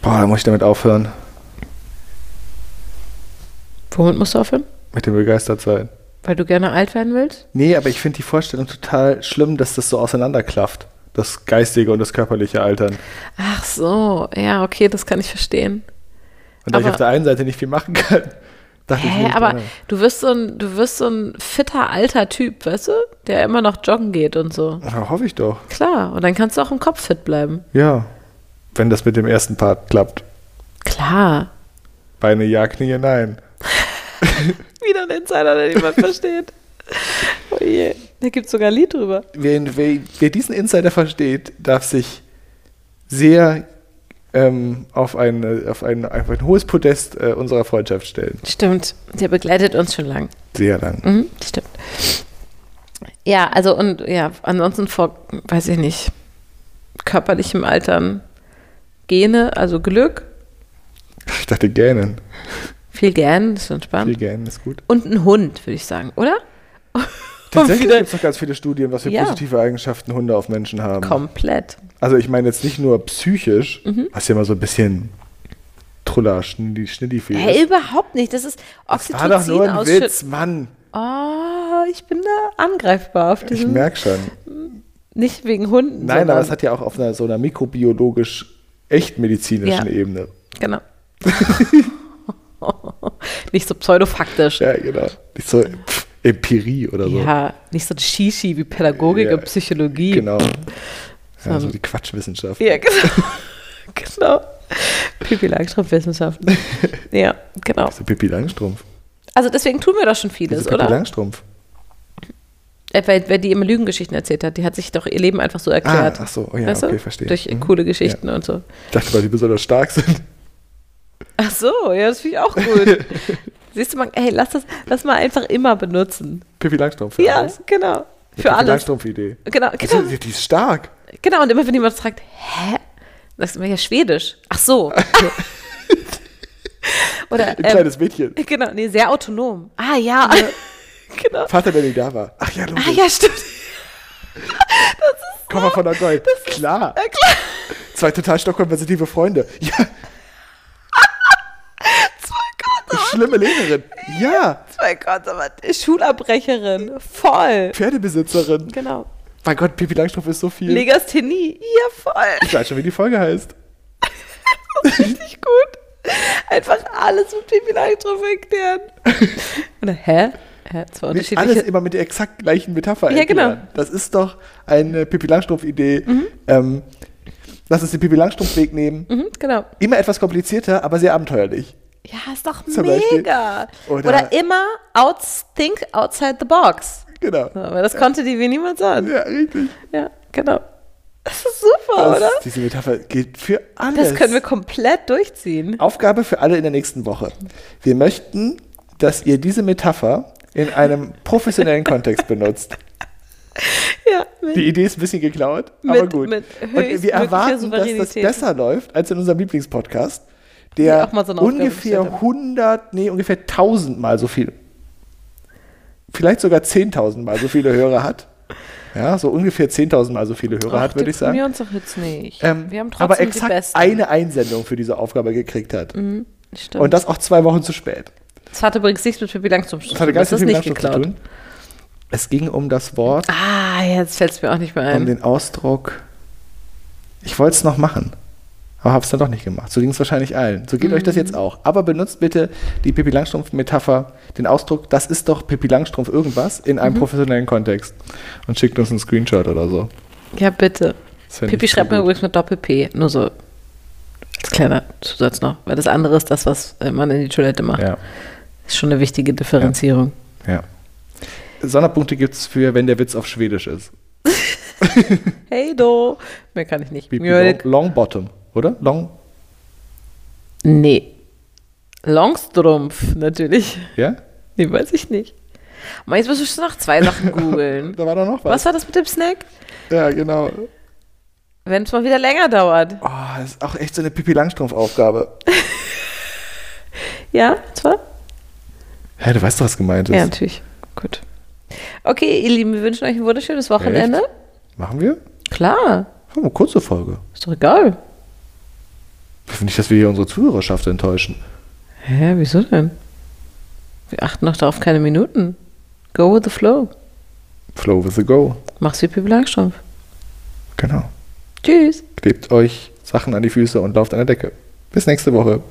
[SPEAKER 5] Boah, dann muss ich damit aufhören.
[SPEAKER 4] Womit musst du aufhören?
[SPEAKER 5] Mit dem begeistert sein.
[SPEAKER 4] Weil du gerne alt werden willst?
[SPEAKER 5] Nee, aber ich finde die Vorstellung total schlimm, dass das so auseinanderklafft. Das geistige und das körperliche Altern.
[SPEAKER 4] Ach so, ja, okay, das kann ich verstehen.
[SPEAKER 5] Und da ich
[SPEAKER 4] Aber-
[SPEAKER 5] auf der einen Seite nicht viel machen kann, dachte ich
[SPEAKER 4] Hä,
[SPEAKER 5] mir,
[SPEAKER 4] aber
[SPEAKER 5] ja.
[SPEAKER 4] du wirst, so ein, du wirst so ein fitter alter Typ, weißt du? Der immer noch joggen geht und so.
[SPEAKER 5] Ja, hoffe ich doch.
[SPEAKER 4] Klar, und dann kannst du auch im Kopf fit bleiben.
[SPEAKER 5] Ja. Wenn das mit dem ersten Part klappt.
[SPEAKER 4] Klar.
[SPEAKER 5] Beine ja, Knie nein.
[SPEAKER 4] Wieder ein Insider, der niemand versteht. Oh je, da gibt es sogar ein Lied drüber.
[SPEAKER 5] Wer, wer, wer diesen Insider versteht, darf sich sehr ähm, auf, ein, auf, ein, auf ein hohes Podest äh, unserer Freundschaft stellen.
[SPEAKER 4] Stimmt, der begleitet uns schon lang.
[SPEAKER 5] Sehr lang.
[SPEAKER 4] Mhm, stimmt. Ja, also und ja, ansonsten vor, weiß ich nicht, körperlichem Altern, Gene, also Glück,
[SPEAKER 5] Ich dachte, gähnen.
[SPEAKER 4] viel gern, ist
[SPEAKER 5] Viel
[SPEAKER 4] entspannt.
[SPEAKER 5] gähnen ist gut.
[SPEAKER 4] Und ein Hund, würde ich sagen, oder?
[SPEAKER 5] Tatsächlich
[SPEAKER 4] wieder-
[SPEAKER 5] gibt es noch ganz viele Studien, was für
[SPEAKER 4] Ja.
[SPEAKER 5] positive Eigenschaften Hunde auf Menschen haben.
[SPEAKER 4] Komplett.
[SPEAKER 5] Also ich meine jetzt nicht nur psychisch,
[SPEAKER 4] Mhm.
[SPEAKER 5] was ja mal so ein bisschen Truller, Schnilli, Schnillifee
[SPEAKER 4] Hä,
[SPEAKER 5] ist.
[SPEAKER 4] überhaupt nicht. Das ist
[SPEAKER 5] War doch nur ein
[SPEAKER 4] Oxytocin-Ausschüttung.
[SPEAKER 5] Witz, Mann.
[SPEAKER 4] Oh, ich bin da angreifbar auf
[SPEAKER 5] Ich
[SPEAKER 4] diesem.
[SPEAKER 5] merke schon.
[SPEAKER 4] Nicht wegen Hunden.
[SPEAKER 5] Nein,
[SPEAKER 4] sondern,
[SPEAKER 5] aber es hat ja auch auf einer so einer mikrobiologisch echt medizinischen
[SPEAKER 4] Ja.
[SPEAKER 5] Ebene.
[SPEAKER 4] Genau. nicht so pseudofaktisch.
[SPEAKER 5] Ja, genau. Nicht so pff, Empirie oder so.
[SPEAKER 4] Ja, nicht so ein Shishi wie Pädagogik
[SPEAKER 5] Ja,
[SPEAKER 4] und Psychologie.
[SPEAKER 5] Genau. Ja, so die Quatschwissenschaft.
[SPEAKER 4] Ja, genau. genau. Pipi Langstrumpf-Wissenschaften. ja, genau.
[SPEAKER 5] So Pippi Langstrumpf.
[SPEAKER 4] Also deswegen tun wir doch schon
[SPEAKER 5] Wieso
[SPEAKER 4] vieles,
[SPEAKER 5] Pippi
[SPEAKER 4] oder?
[SPEAKER 5] Langstrumpf?
[SPEAKER 4] Äh, weil, weil die immer Lügengeschichten erzählt hat. Die hat sich doch ihr Leben einfach so erklärt.
[SPEAKER 5] ach so. Oh ja,
[SPEAKER 4] weißt du?
[SPEAKER 5] okay, verstehe.
[SPEAKER 4] Durch
[SPEAKER 5] Mhm.
[SPEAKER 4] coole Geschichten und so.
[SPEAKER 5] Ich dachte, weil die besonders stark sind.
[SPEAKER 4] Ach so, ja, das finde ich auch gut. Siehst du mal, ey, lass das, lass mal einfach immer benutzen.
[SPEAKER 5] Pippi Langstrumpf. für
[SPEAKER 4] Ja,
[SPEAKER 5] alles.
[SPEAKER 4] genau.
[SPEAKER 5] Pippi
[SPEAKER 4] Für alles.
[SPEAKER 5] Langstrumpf-Idee.
[SPEAKER 4] Genau,
[SPEAKER 5] Also,
[SPEAKER 4] genau,
[SPEAKER 5] die, die ist stark.
[SPEAKER 4] genau. Und immer wenn jemand fragt, hä? Sagst du immer, ja, Schwedisch. Ach so. Oder,
[SPEAKER 5] Ein
[SPEAKER 4] ähm,
[SPEAKER 5] kleines Mädchen.
[SPEAKER 4] genau, nee, sehr autonom. Ah, ja. genau.
[SPEAKER 5] Vater, der nicht da war. Ach ja, logisch.
[SPEAKER 4] Ah, ja, stimmt.
[SPEAKER 5] Komm mal von der Gold. Klar.
[SPEAKER 4] Ja, klar.
[SPEAKER 5] Zwei total stockkonservative Freunde. Ja,
[SPEAKER 4] Zwei Gott,
[SPEAKER 5] schlimme Lehrerin. Ja,
[SPEAKER 4] zwei Gott, aber Schulabbrecherin. Voll.
[SPEAKER 5] Pferdebesitzerin.
[SPEAKER 4] Genau.
[SPEAKER 5] Mein Gott, Pippi Langstrumpf ist so viel.
[SPEAKER 4] Legasthenie. Ja, voll.
[SPEAKER 5] ich weiß schon, wie die Folge heißt.
[SPEAKER 4] Richtig gut. Einfach alles mit Pippi Langstrumpf erklären. Oder, hä? Hä? Zwei
[SPEAKER 5] Nicht
[SPEAKER 4] unterschiedliche.
[SPEAKER 5] alles immer mit der exakt gleichen Metapher
[SPEAKER 4] Ja, genau.
[SPEAKER 5] erklären. Das ist doch eine Pippi Langstrumpf-Idee. Ähm, lass uns den Pippi Langstrumpf-Weg nehmen.
[SPEAKER 4] Mhm, genau.
[SPEAKER 5] Immer etwas komplizierter, aber sehr abenteuerlich.
[SPEAKER 4] Ja, ist doch
[SPEAKER 5] Zum Beispiel.
[SPEAKER 4] mega.
[SPEAKER 5] Oder-
[SPEAKER 4] Oder, immer outs think outside the box.
[SPEAKER 5] Genau.
[SPEAKER 4] So, Aber das konnte die wie niemand sagen.
[SPEAKER 5] Ja, richtig.
[SPEAKER 4] Ja, genau. Das ist super,
[SPEAKER 5] Das,
[SPEAKER 4] oder?
[SPEAKER 5] diese Metapher gilt für alles.
[SPEAKER 4] Das können wir komplett durchziehen.
[SPEAKER 5] Aufgabe für alle in der nächsten Woche. Wir möchten, dass ihr diese Metapher in einem professionellen Kontext benutzt.
[SPEAKER 4] Ja, mit,
[SPEAKER 5] Die Idee ist ein bisschen geklaut,
[SPEAKER 4] Mit-
[SPEAKER 5] aber gut.
[SPEAKER 4] mit
[SPEAKER 5] Und wir
[SPEAKER 4] höchstmöglicher
[SPEAKER 5] erwarten, dass das
[SPEAKER 4] Souveränität.
[SPEAKER 5] besser läuft als in unserem Lieblingspodcast,
[SPEAKER 4] Ja,
[SPEAKER 5] der
[SPEAKER 4] auch mal so eine Aufgabe
[SPEAKER 5] ungefähr
[SPEAKER 4] gestellt haben.
[SPEAKER 5] 100, nee, ungefähr 1000 mal so viel, vielleicht sogar 10.000 mal so viele Hörer hat. Ja, so ungefähr 10.000 mal so viele Hörer hat, würde ich sagen.
[SPEAKER 4] Wir uns doch jetzt nicht.
[SPEAKER 5] Ähm,
[SPEAKER 4] wir haben trotzdem
[SPEAKER 5] aber
[SPEAKER 4] die
[SPEAKER 5] exakt
[SPEAKER 4] Besten. Mhm.
[SPEAKER 5] eine Einsendung für diese Aufgabe gekriegt hat.
[SPEAKER 4] Stimmt.
[SPEAKER 5] Und das auch zwei Wochen zu spät.
[SPEAKER 4] das hatte übrigens nichts mit Pippi Langstrumpf zu
[SPEAKER 5] Das hatte
[SPEAKER 4] tun.
[SPEAKER 5] ganz
[SPEAKER 4] Das
[SPEAKER 5] viel
[SPEAKER 4] ist
[SPEAKER 5] mit
[SPEAKER 4] nicht
[SPEAKER 5] Langstoff zu
[SPEAKER 4] geklaut.
[SPEAKER 5] tun. Es ging um das Wort,
[SPEAKER 4] Ah, jetzt fällt es mir auch nicht mehr
[SPEAKER 5] um
[SPEAKER 4] ein.
[SPEAKER 5] den Ausdruck. Ich wollte es noch machen, aber habe es dann doch nicht gemacht. So ging es wahrscheinlich allen. So geht euch
[SPEAKER 4] Mhm.
[SPEAKER 5] das jetzt auch. Aber benutzt bitte die Pippi Langstrumpf-Metapher, den Ausdruck, das ist doch Pippi Langstrumpf irgendwas, in
[SPEAKER 4] Mhm.
[SPEAKER 5] einem professionellen Kontext. Und schickt uns einen Screenshot oder so.
[SPEAKER 4] Ja, bitte.
[SPEAKER 5] Das wär
[SPEAKER 4] Pippi
[SPEAKER 5] nicht so
[SPEAKER 4] schreibt mir
[SPEAKER 5] gut.
[SPEAKER 4] übrigens mit Doppel-P. Nur so als kleiner Zusatz noch. Weil das andere ist das, was äh, man in die Toilette macht.
[SPEAKER 5] Ja,
[SPEAKER 4] Ist schon eine wichtige Differenzierung.
[SPEAKER 5] ja. Sonderpunkte gibt es für, wenn der Witz auf Schwedisch ist.
[SPEAKER 4] Hey do. Mehr kann ich nicht.
[SPEAKER 5] Pippi
[SPEAKER 4] Mjöl.
[SPEAKER 5] Long, Longbottom, oder? Long,
[SPEAKER 4] Nee. Longstrumpf, natürlich.
[SPEAKER 5] ja?
[SPEAKER 4] Nee, weiß ich nicht. Mann, jetzt musst du schon noch zwei Sachen googeln.
[SPEAKER 5] Da war doch noch was.
[SPEAKER 4] Was war das mit dem Snack?
[SPEAKER 5] Ja, genau.
[SPEAKER 4] Wenn es mal wieder länger dauert.
[SPEAKER 5] Oh, das ist auch echt so eine Pippi Langstrumpf-Aufgabe.
[SPEAKER 4] Ja, zwar?
[SPEAKER 5] Hä, du weißt doch, was gemeint ist.
[SPEAKER 4] Ja, natürlich. Gut. Okay, ihr Lieben, wir wünschen euch ein wunderschönes Wochenende.
[SPEAKER 5] Machen wir?
[SPEAKER 4] Klar,
[SPEAKER 5] Haben wir eine Oh, kurze Folge.
[SPEAKER 4] ist doch egal.
[SPEAKER 5] Ich finde nicht, dass wir hier unsere Zuhörerschaft enttäuschen.
[SPEAKER 4] Hä, wieso denn? Wir achten doch darauf keine Minuten. Go with the flow.
[SPEAKER 5] Flow with the go.
[SPEAKER 4] Mach's wie Pippi Langstrumpf.
[SPEAKER 5] Genau.
[SPEAKER 4] Tschüss.
[SPEAKER 5] Klebt euch Sachen an die Füße und lauft an der Decke. Bis nächste Woche.